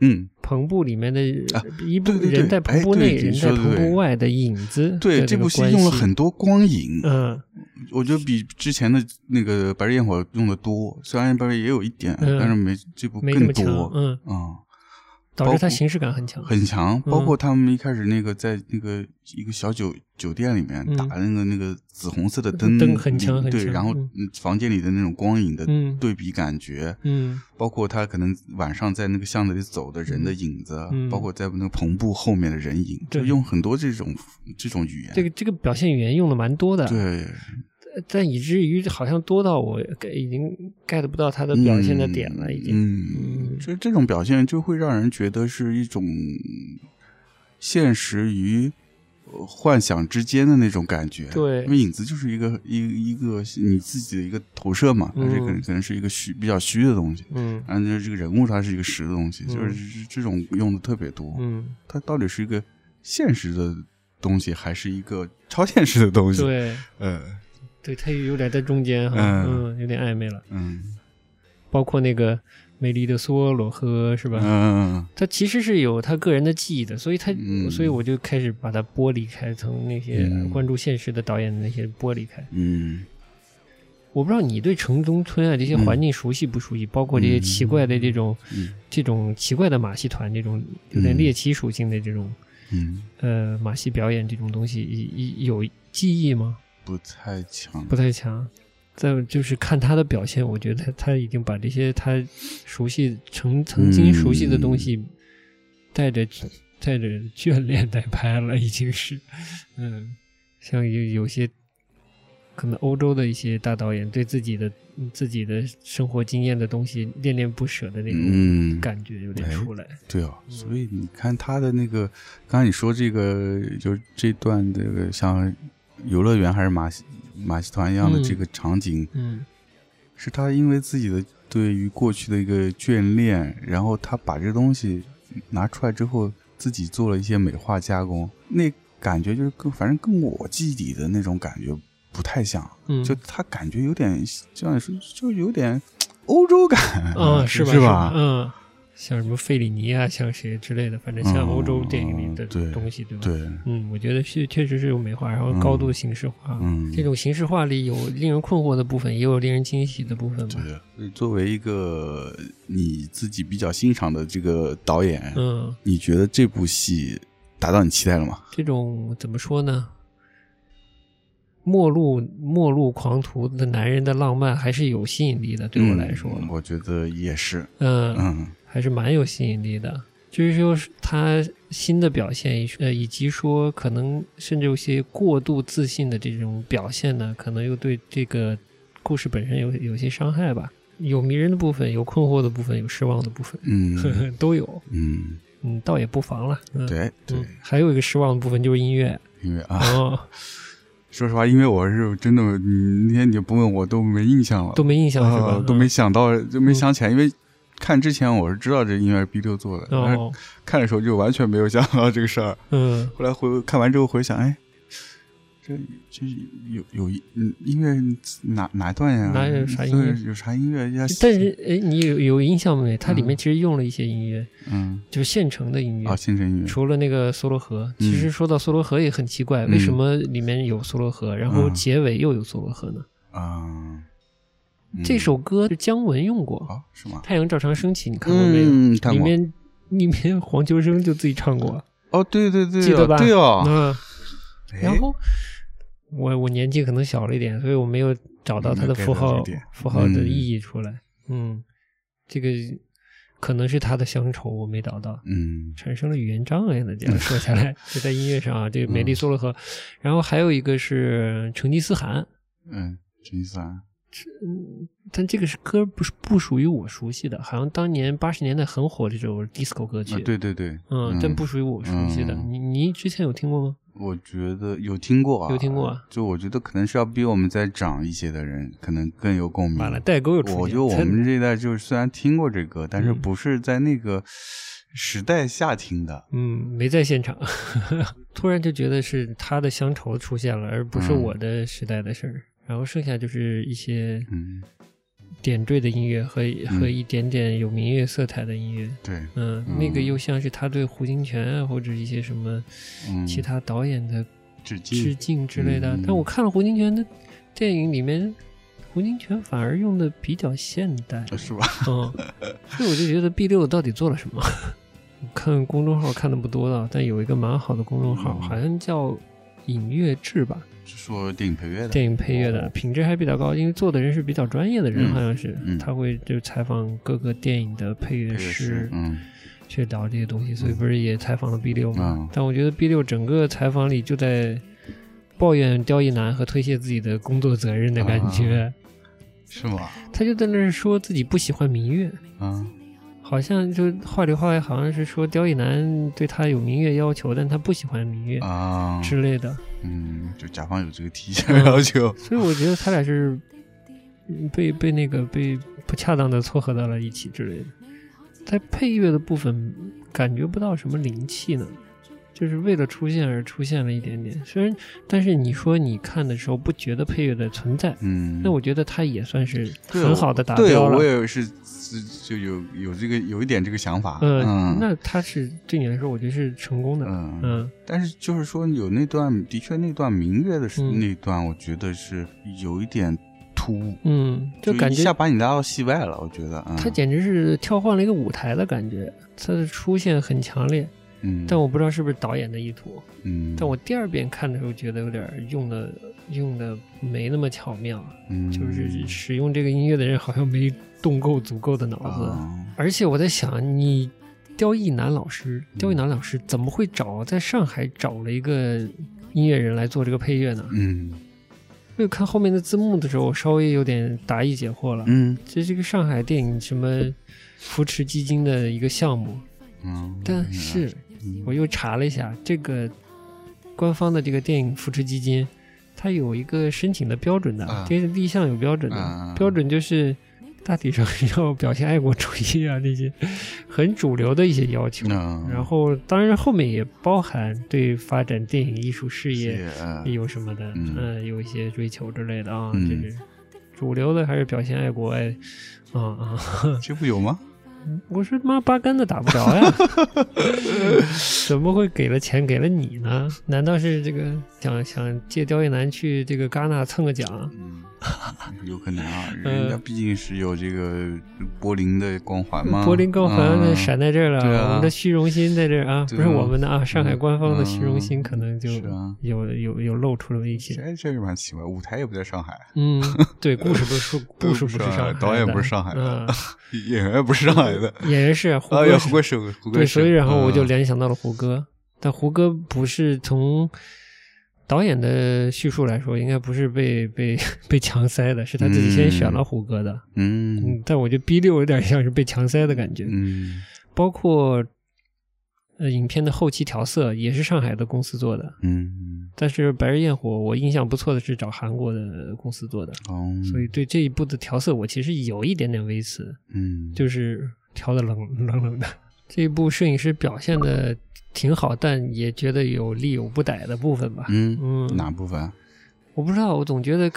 嗯，篷布里面的一部啊对对对人在哎篷布对内，你人在说的篷对布外的影子的对，这这个部戏关用了系很多光影，嗯我觉得比之前的那个《白日焰火》用的多，虽然《白日焰火》也有一点，嗯但是没这部没那更么强，多，嗯，嗯，导致包括它形式感很强。很强。包括他们一开始那个在那个一个小酒酒店里面嗯打那个那个紫红色的灯，灯很强很对，强然后嗯嗯房间里的那种光影的嗯对比感觉，嗯包括他可能晚上在那个巷子里走的人的影子，啊嗯包括在那个篷布后面的人影，对就用很多这种这种语言，这个这个表现语言用的蛮多的，对，但以至于好像多到我给已经 get 不到他的表现的点了，已经。嗯，嗯就这种表现就会让人觉得是一种现实与呃幻想之间的那种感觉。对因为影子就是一个一一个你自己的一个投射嘛，嗯它是可能可能是一个虚比较虚的东西。嗯然后就是这个人物它是一个实的东西，嗯就是这种用的特别多。嗯，它到底是一个现实的东西，还是一个超现实的东西？，对呃，对，他有点在中间哈，嗯嗯，有点暧昧了。嗯包括那个美丽的梭罗和是吧？嗯他其实是有他个人的记忆的，所以他，嗯所以我就开始把它剥离开，从那些嗯关注现实的导演的那些剥离开。嗯我不知道你对城中村啊这些环境熟悉不熟悉，包括这些奇怪的这种、嗯这种奇怪的马戏团，这种有点猎奇属性的这种、嗯，呃马戏表演这种东西，一一有记忆吗？不太强。不太强。再就是看他的表现，我觉得他他已经把这些他熟悉曾曾经熟悉的东嗯西，带着、带着眷恋在拍了，已经是，嗯，像有有些可能欧洲的一些大导演对自己的自己的生活经验的东西恋恋不舍的那种嗯，感嗯觉有点出来，对哦，所以你看他的那个，刚才你说这个，就是这段这个像游乐园还是马戏马戏团一样的嗯这个场景，嗯是他因为自己的对于过去的一个眷恋，然后他把这东西拿出来之后，自己做了一些美化加工，那感觉就是跟反正跟我记忆里的那种感觉不太像，嗯，就他感觉有点这样说，就有点欧洲感，嗯是吧是吧嗯，像什么费里尼啊，像谁之类的，反正像欧洲电影里的嗯对东西，对吧？对，嗯，我觉得是确实是有美化，然后嗯高度形式化。嗯这种形式化里有令人困惑的部分，也有令人惊喜的部分吧。对，作为一个你自己比较欣赏的这个导演，嗯，你觉得这部戏达到你期待了吗？这种怎么说呢？末路末路狂徒的男人的浪漫还是有吸引力的，对我来说，嗯我觉得也是，嗯，嗯还是蛮有吸引力的。就是说他新的表现，呃，以及说可能甚至有些过度自信的这种表现呢，可能又对这个故事本身有有些伤害吧。有迷人的部分，有困惑的部分，有失望的部分，嗯 都有。嗯，嗯，倒也不妨了。嗯，对对嗯，，还有一个失望的部分就是音乐。因为啊，哦，说实话，因为我是真的，你那天你不问我都没印象了，都没印象是吧嗯啊？都没想到，就没想起来，因为。看之前我是知道这音乐是 B 六做的，嗯。但是哦，看的时候就完全没有想到这个事儿。嗯，后来回看完之后回想，哎，这这有有一嗯音乐哪哪段呀？哪有啥音乐对有啥音乐呀？但是哎，你有有印象没？它里面其实用了一些音乐，嗯，就是现成的音乐啊，。现成音乐，除了那个梭罗河，其实说到梭罗河也很奇怪，嗯为什么里面有梭罗河，然后嗯结尾又有梭罗河呢？啊，嗯这首歌是姜文用过，啊是吗？太阳照常升起》，你看过没有？嗯看里过面里面黄秋生就自己唱过，哦，对对对，记得吧？对哦，嗯，哎然后我我年纪可能小了一点，所以我没有找到它的符嗯没有号 get 到这一点符号的嗯意义出来。嗯，这个可能是他的乡愁我没找到，嗯产生了语言障碍呢。这样说下来，就在音乐上啊，这个美嗯丽梭罗河，然后还有一个是成吉思汗，嗯，成吉思汗，嗯，但这个是歌不是不属于我熟悉的，好像当年八十年代很火这首 disco 歌曲，啊，对对对，嗯，但不属于我熟悉的。嗯你你之前有听过吗？我觉得有听过啊，有听过啊就我觉得可能是要比我们再长一些的人，可能更有共鸣。完了，代沟又出现。我觉得我们这一代就是虽然听过这歌，但是嗯不是在那个时代下听的。嗯，没在现场， 突然就觉得是他的乡愁出现了，而不是嗯我的时代的事儿。然后剩下就是一些嗯，点缀的音乐和、和一点点有民乐色彩的音乐。对，嗯，嗯那个又像是他对胡金铨啊，或者一些什么嗯，其他导演的致致敬敬，之类的。嗯但我看了胡金铨的电影里面，胡金铨反而用的比较现 代。呃是吧？嗯，所以我就觉得 B 六到底做了什么？ 我看公众号看的不多了，但有一个蛮好的公众号，嗯好像叫“影乐志”吧，是说电影配乐的，电影配乐的品质还比较高，因为做的人是比较专业的人，哦嗯好像是嗯他会就采访各个电影的配配乐乐师师，嗯去聊这些东西，所以不是也采访了 B 六吗？啊，但我觉得 B 六整个采访里就在抱怨刁亦男和推卸自己的工作责任的感觉，是吗？ 他就在那儿说自己不喜欢民乐。啊，好像就话里话外好像是说刁亦男对他有民乐要求，但他不喜欢民乐啊，之类的，嗯，就甲方有这个提前嗯要求，所以我觉得他俩是嗯被被那个被不恰当的撮合到了一起之类的。在配乐的部分感觉不到什么灵气呢，就是为了出现而出现了一点点。虽然，但是你说你看的时候不觉得配乐的存在，嗯，那我觉得他也算是对很我好的达对标我了。也是是就有有这个有一点这个想法，嗯，嗯那他是对你来说，我觉得是成功的。嗯嗯但是就是说，有那段的确那段明月的时嗯那段，我觉得是有一点突兀，嗯，就感一觉下把你拉到戏外了。我觉得，嗯，他简直是跳换了一个舞台的感觉，他的出现很强烈，嗯，但我不知道是不是导演的意图。嗯，但我第二遍看的时候觉得有点儿用的用的没那么巧妙，啊嗯就是使用这个音乐的人好像没动够足够的脑子。啊，而且我在想，你刁亦男老师，嗯刁亦男老师怎么会找在上海找了一个音乐人来做这个配乐呢？嗯因为看后面的字幕的时候，我稍微有点答疑解惑了。嗯这是一个上海电影什么扶持基金的一个项目，嗯，但是我又查了一下，这个官方的这个电影扶持基金，它有一个申请的标准的啊，这个立项有标准啊的，标准就是大体上 要表现爱国主义啊那些很主流的一些要求。嗯，然后，当然后面也包含对发展电影艺术事业也有什么的，嗯嗯，有一些追求之类的啊，嗯这是主流的还是表现爱国哎，啊啊，这不有吗？我说妈八竿子打不着 呀，怎么会给了钱给了你呢？难道是这个想想借刁亦男去这个戛纳蹭个奖？嗯， 有可能 啊，人家嗯毕竟是有这个柏林的光环嘛，柏林光环嗯闪在这儿了，啊对啊我们的虚荣心在这儿啊，对不啊是我们的啊，上海官方的虚荣心嗯可能就是啊有有有露出了一些。这这是蛮奇怪，舞台也不在上海，嗯，对，故事不是 说故事不是上海的，导演不是上海的嗯，演员也不是上海的， 演员是胡哎歌呀，是胡歌手，胡歌对，所以手然后我就嗯联想到了胡歌，但胡歌不是从导演的叙述来说，应该不是被被被强塞的，是他自己先选了胡歌的。嗯嗯，但我觉得 B 六有点像是被强塞的感觉，嗯包括呃影片的后期调色也是上海的公司做的，嗯，但是《白日焰火》我印象不错的是找韩国的公司做的，哦，所以对这一部的调色我其实有一点点微词。嗯，就是调的冷 冷冷的。这一部摄影师表现的挺好，但也觉得有力有不逮的部分吧。嗯，嗯，哪部分？我不知道，我总觉得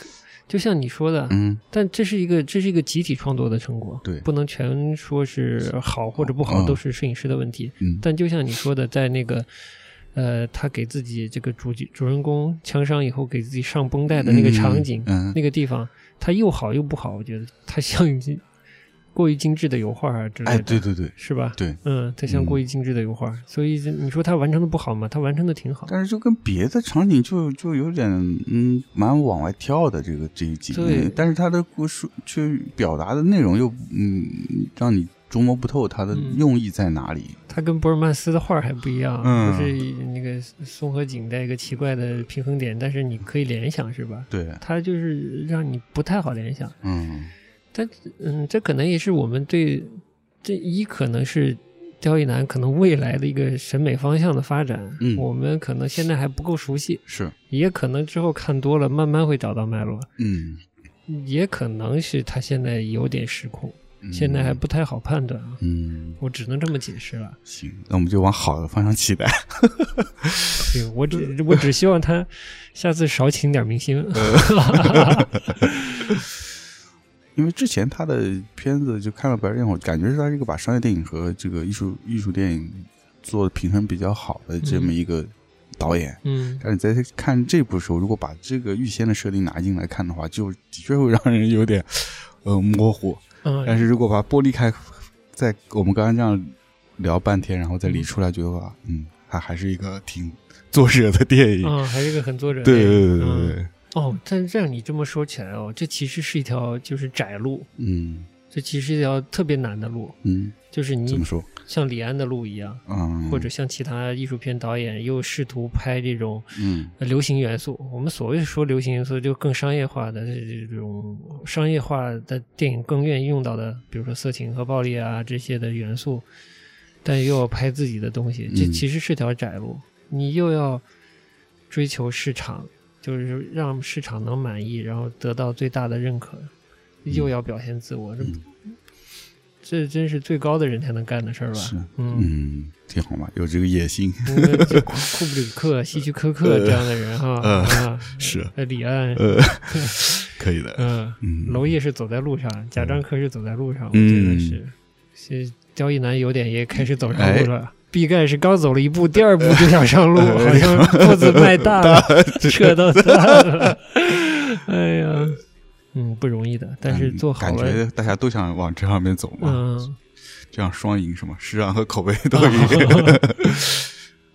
就像你说的，嗯，但这是一个这是一个集体创作的成果，对不能全说是好或者不好，嗯都是摄影师的问题。嗯但就像你说的，在那个。呃，他给自己这个主角主人公枪伤以后给自己上绷带的那个场景，嗯，那个地方，它又好又不好，我觉得它像一些过于精致的油画啊之类哎，的，对对对是吧？对。嗯，它像过于精致的油画，所以你说它完成的不好吗？它完成的挺好。但是就跟别的场景就就有点嗯，蛮往外跳的这个这一集，对嗯但是他的故事却表达的内容又嗯，让你琢磨不透它的嗯用意在哪里。他跟博尔曼斯的画儿还不一样，嗯不是那个松和井在一个奇怪的平衡点，但是你可以联想是吧？对，他就是让你不太好联想。嗯嗯，这可能也是我们对这一可能是刁亦男可能未来的一个审美方向的发展，嗯我们可能现在还不够熟悉，是，也可能之后看多了，慢慢会找到脉络，嗯，也可能是他现在有点失控，嗯现在还不太好判断啊，嗯我只能这么解释了。行，那我们就往好的方向期待。 对，我只 我只希望他下次少请点明星。嗯因为之前他的片子就看了《白日焰火》，感觉是他这个把商业电影和这个艺术艺术电影做的平衡比较好的这么一个导演。 嗯，但是在看这部的时候，如果把这个预先的设定拿进来看的话，就的确会让人有点呃模糊。但嗯，是如果把剥离开，在我们刚刚这样聊半天，然后再理出来，觉得话，嗯，它还是一个挺作者的电影。啊，还是一个很作者。对对对对嗯对，哦，但这样你这么说起来哦，这其实是一条就是窄路，嗯这其实是一条特别难的路，嗯，就是怎你么说？像李安的路一样，嗯，或者像其他艺术片导演又试图拍这种嗯呃流行元素。我们所谓说流行元素，就更商业化的这这种商业化的电影更愿意用到的，比如说色情和暴力啊这些的元素，但又要拍自己的东西，这嗯其实是条窄路。你又要追求市场，就是让市场能满意，然后得到最大的认可，又要表现自我，这嗯这真是最高的人才能干的事儿吧？是嗯嗯，挺好嘛，有这个野心。因为这库库布里克、希区柯克这样的人哈，呃啊，是呃李安，呃， 可以的。嗯，嗯， 娄烨是走在路上，贾樟柯是走在路上，我嗯觉得是。是刁亦男有点也开始走上路了。毕赣是刚走了一步，第二步就想上路， 哎好像步子迈大 了，扯到大了。 哎呀，嗯，不容易的，但是嗯做好感了，觉大家都想往这方面走嘛，嗯，这样双赢是吗？市场和口碑都赢。对，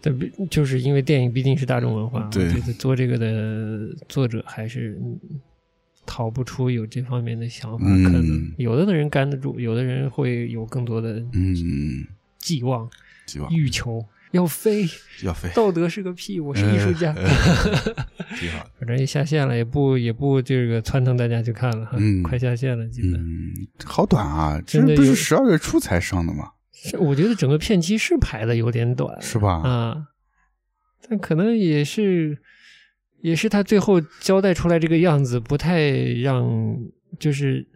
但毕就是因为电影毕竟是大众文化，对我觉得做这个的作者还是嗯逃不出有这方面的想法，嗯可能有的人干得住，有的人会有更多的 嗯，寄望、希望欲求。要飞，要飞，呃道德是个屁！我是艺术家，嗯挺好的。 反正也下线了，也不也不这个撺腾大家去看了，哈嗯快下线了，基本。嗯，好短啊，这真的不有是十二月初才上的吗？是我觉得整个片期是排的有点短，是吧？啊，但可能也是，也是他最后交代出来这个样子，不太让就是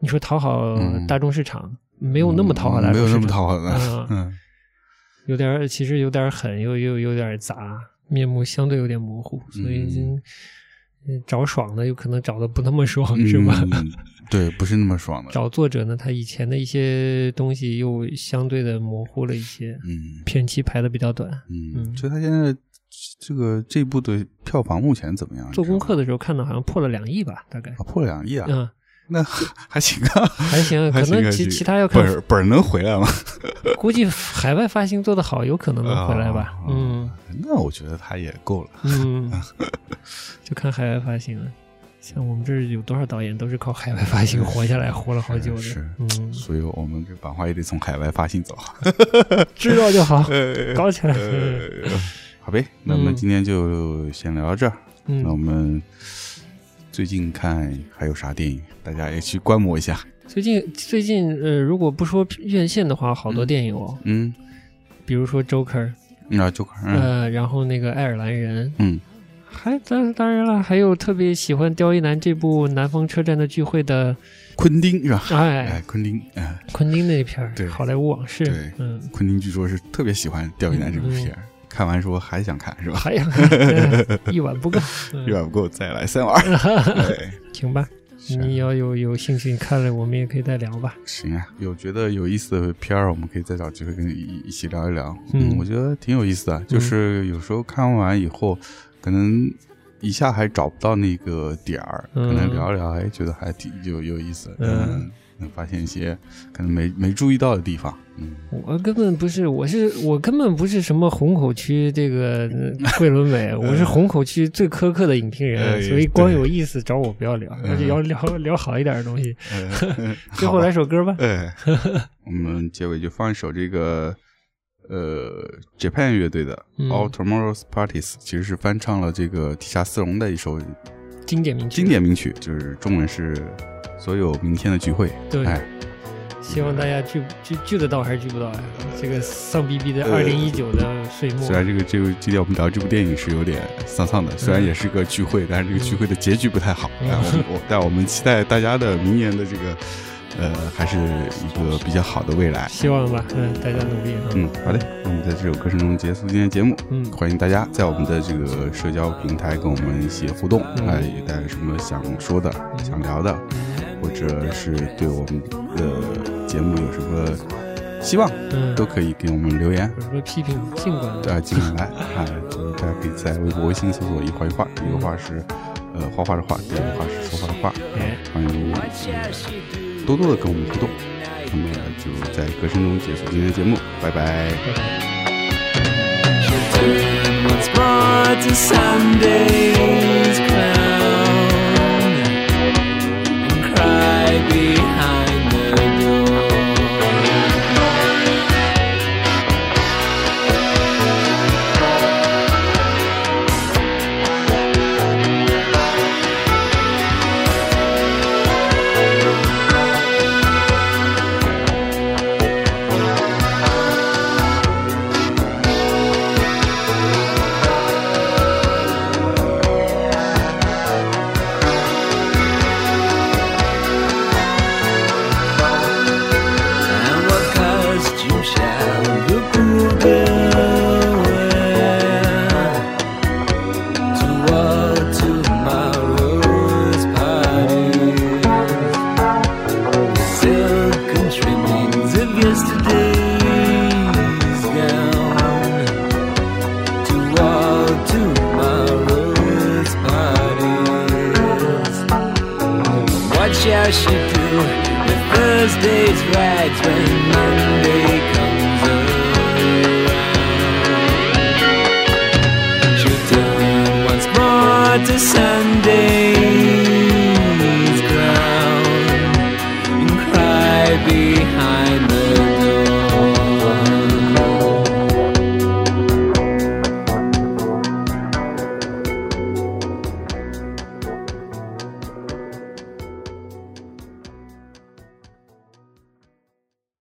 你说讨好嗯大众市场，没有那么讨好大嗯众没市场，有那么讨好的啊。嗯有点儿其实有点儿狠，又又有点儿杂，面目相对有点模糊，所以嗯就嗯找爽的有可能找的不那么爽，是吧？嗯对，不是那么爽的。找作者呢，他以前的一些东西又相对的模糊了一些，嗯片期排的比较短。嗯，嗯所以他现在这个这部的票房目前怎么样？做功课的的时候看到好像破了两亿吧，大概。破了两亿啊，嗯，那还行 啊，还行啊，可 还行能还其行其他要看本，儿本儿能回来吗？ 估计海外发行做得好，有可能能回来吧啊。嗯那我觉得他也够了。嗯，就看海外发行了。像我们这儿有多少导演都是靠海外发行活下来，活了好久的 是是。嗯，所以我们这版画也得从海外发行 走。知道就 好，呃搞起来。呃，好呗，那么嗯今天就先聊到这儿。那 我嗯，们最近看还有啥电影，大家也去观摩一下。最近最近呃，如果不说院线的话，好多电影哦，嗯，比如说 Joker，那就看。嗯呃，然后那个爱尔兰人，嗯，还当当然了，还有特别喜欢刁亦男这部《南方车站的聚会》的，昆汀是吧？哎哎，，昆汀，哎，昆汀那片儿对《好莱坞往事对》，嗯，昆汀据说是特别喜欢《钓鱼男》这部片儿，看完说还想看是吧？还 有哎一碗不够，嗯一晚不够再来 三碗。对，行吧？是啊你要嗯有有兴趣，你看了我们也可以再聊吧。行啊，有觉得有意思的片儿，我们可以再找机会跟你一一起聊一聊。嗯我觉得挺有意思的，就是有时候看完以后，可能一下还找不到那个点儿，嗯可能聊一聊，哎，觉得还挺有有意思。嗯，能发现一些可能没没注意到的地方。 嗯，我根本不是，我是我根本不是什么虹口区这个呃桂纶 镁，我是虹口区最苛刻的影评哎人，所以光有意思找我不要聊，那就要聊 聊好一点的东西。呃最后来首歌吧， 哎，我们结尾就放一首这个呃 Japan 乐队的《嗯 All Tomorrow's Parties》，其实是翻唱了这个地下丝绒的一首经典名曲，经典名曲，就是中文是《所有明天的聚会》。对哎，希望大家聚聚聚得到还是聚不到呀？啊这个丧逼逼的二零一九的岁末呃虽，然这个这个今天我们聊这部电影是有点丧丧的，虽然也是个聚会，但是这个聚会的结局不太好。哎嗯但我们我但我们期待大家的明年的这个呃，还是一个比较好的未来。希望吧，嗯，大家努力啊，嗯，好嘞，那我们在这首歌声中结束今天的节目。嗯欢迎大家在我们的这个社交平台跟我们一起互动，嗯哎、有大家有什么想说的、想聊的，或者是对我们的节目有什么希望，嗯，都可以给我们留言。有什么批评尽管啊，进来啊，就是大家可以在微博、微信搜索“一画一画”，一个画是呃画画的画，第二个画是说话的话，哎欢迎嗯多多的跟我们互动。那么就在歌声中结束今天的节目，拜拜。拜拜。 Return once more to Sunday.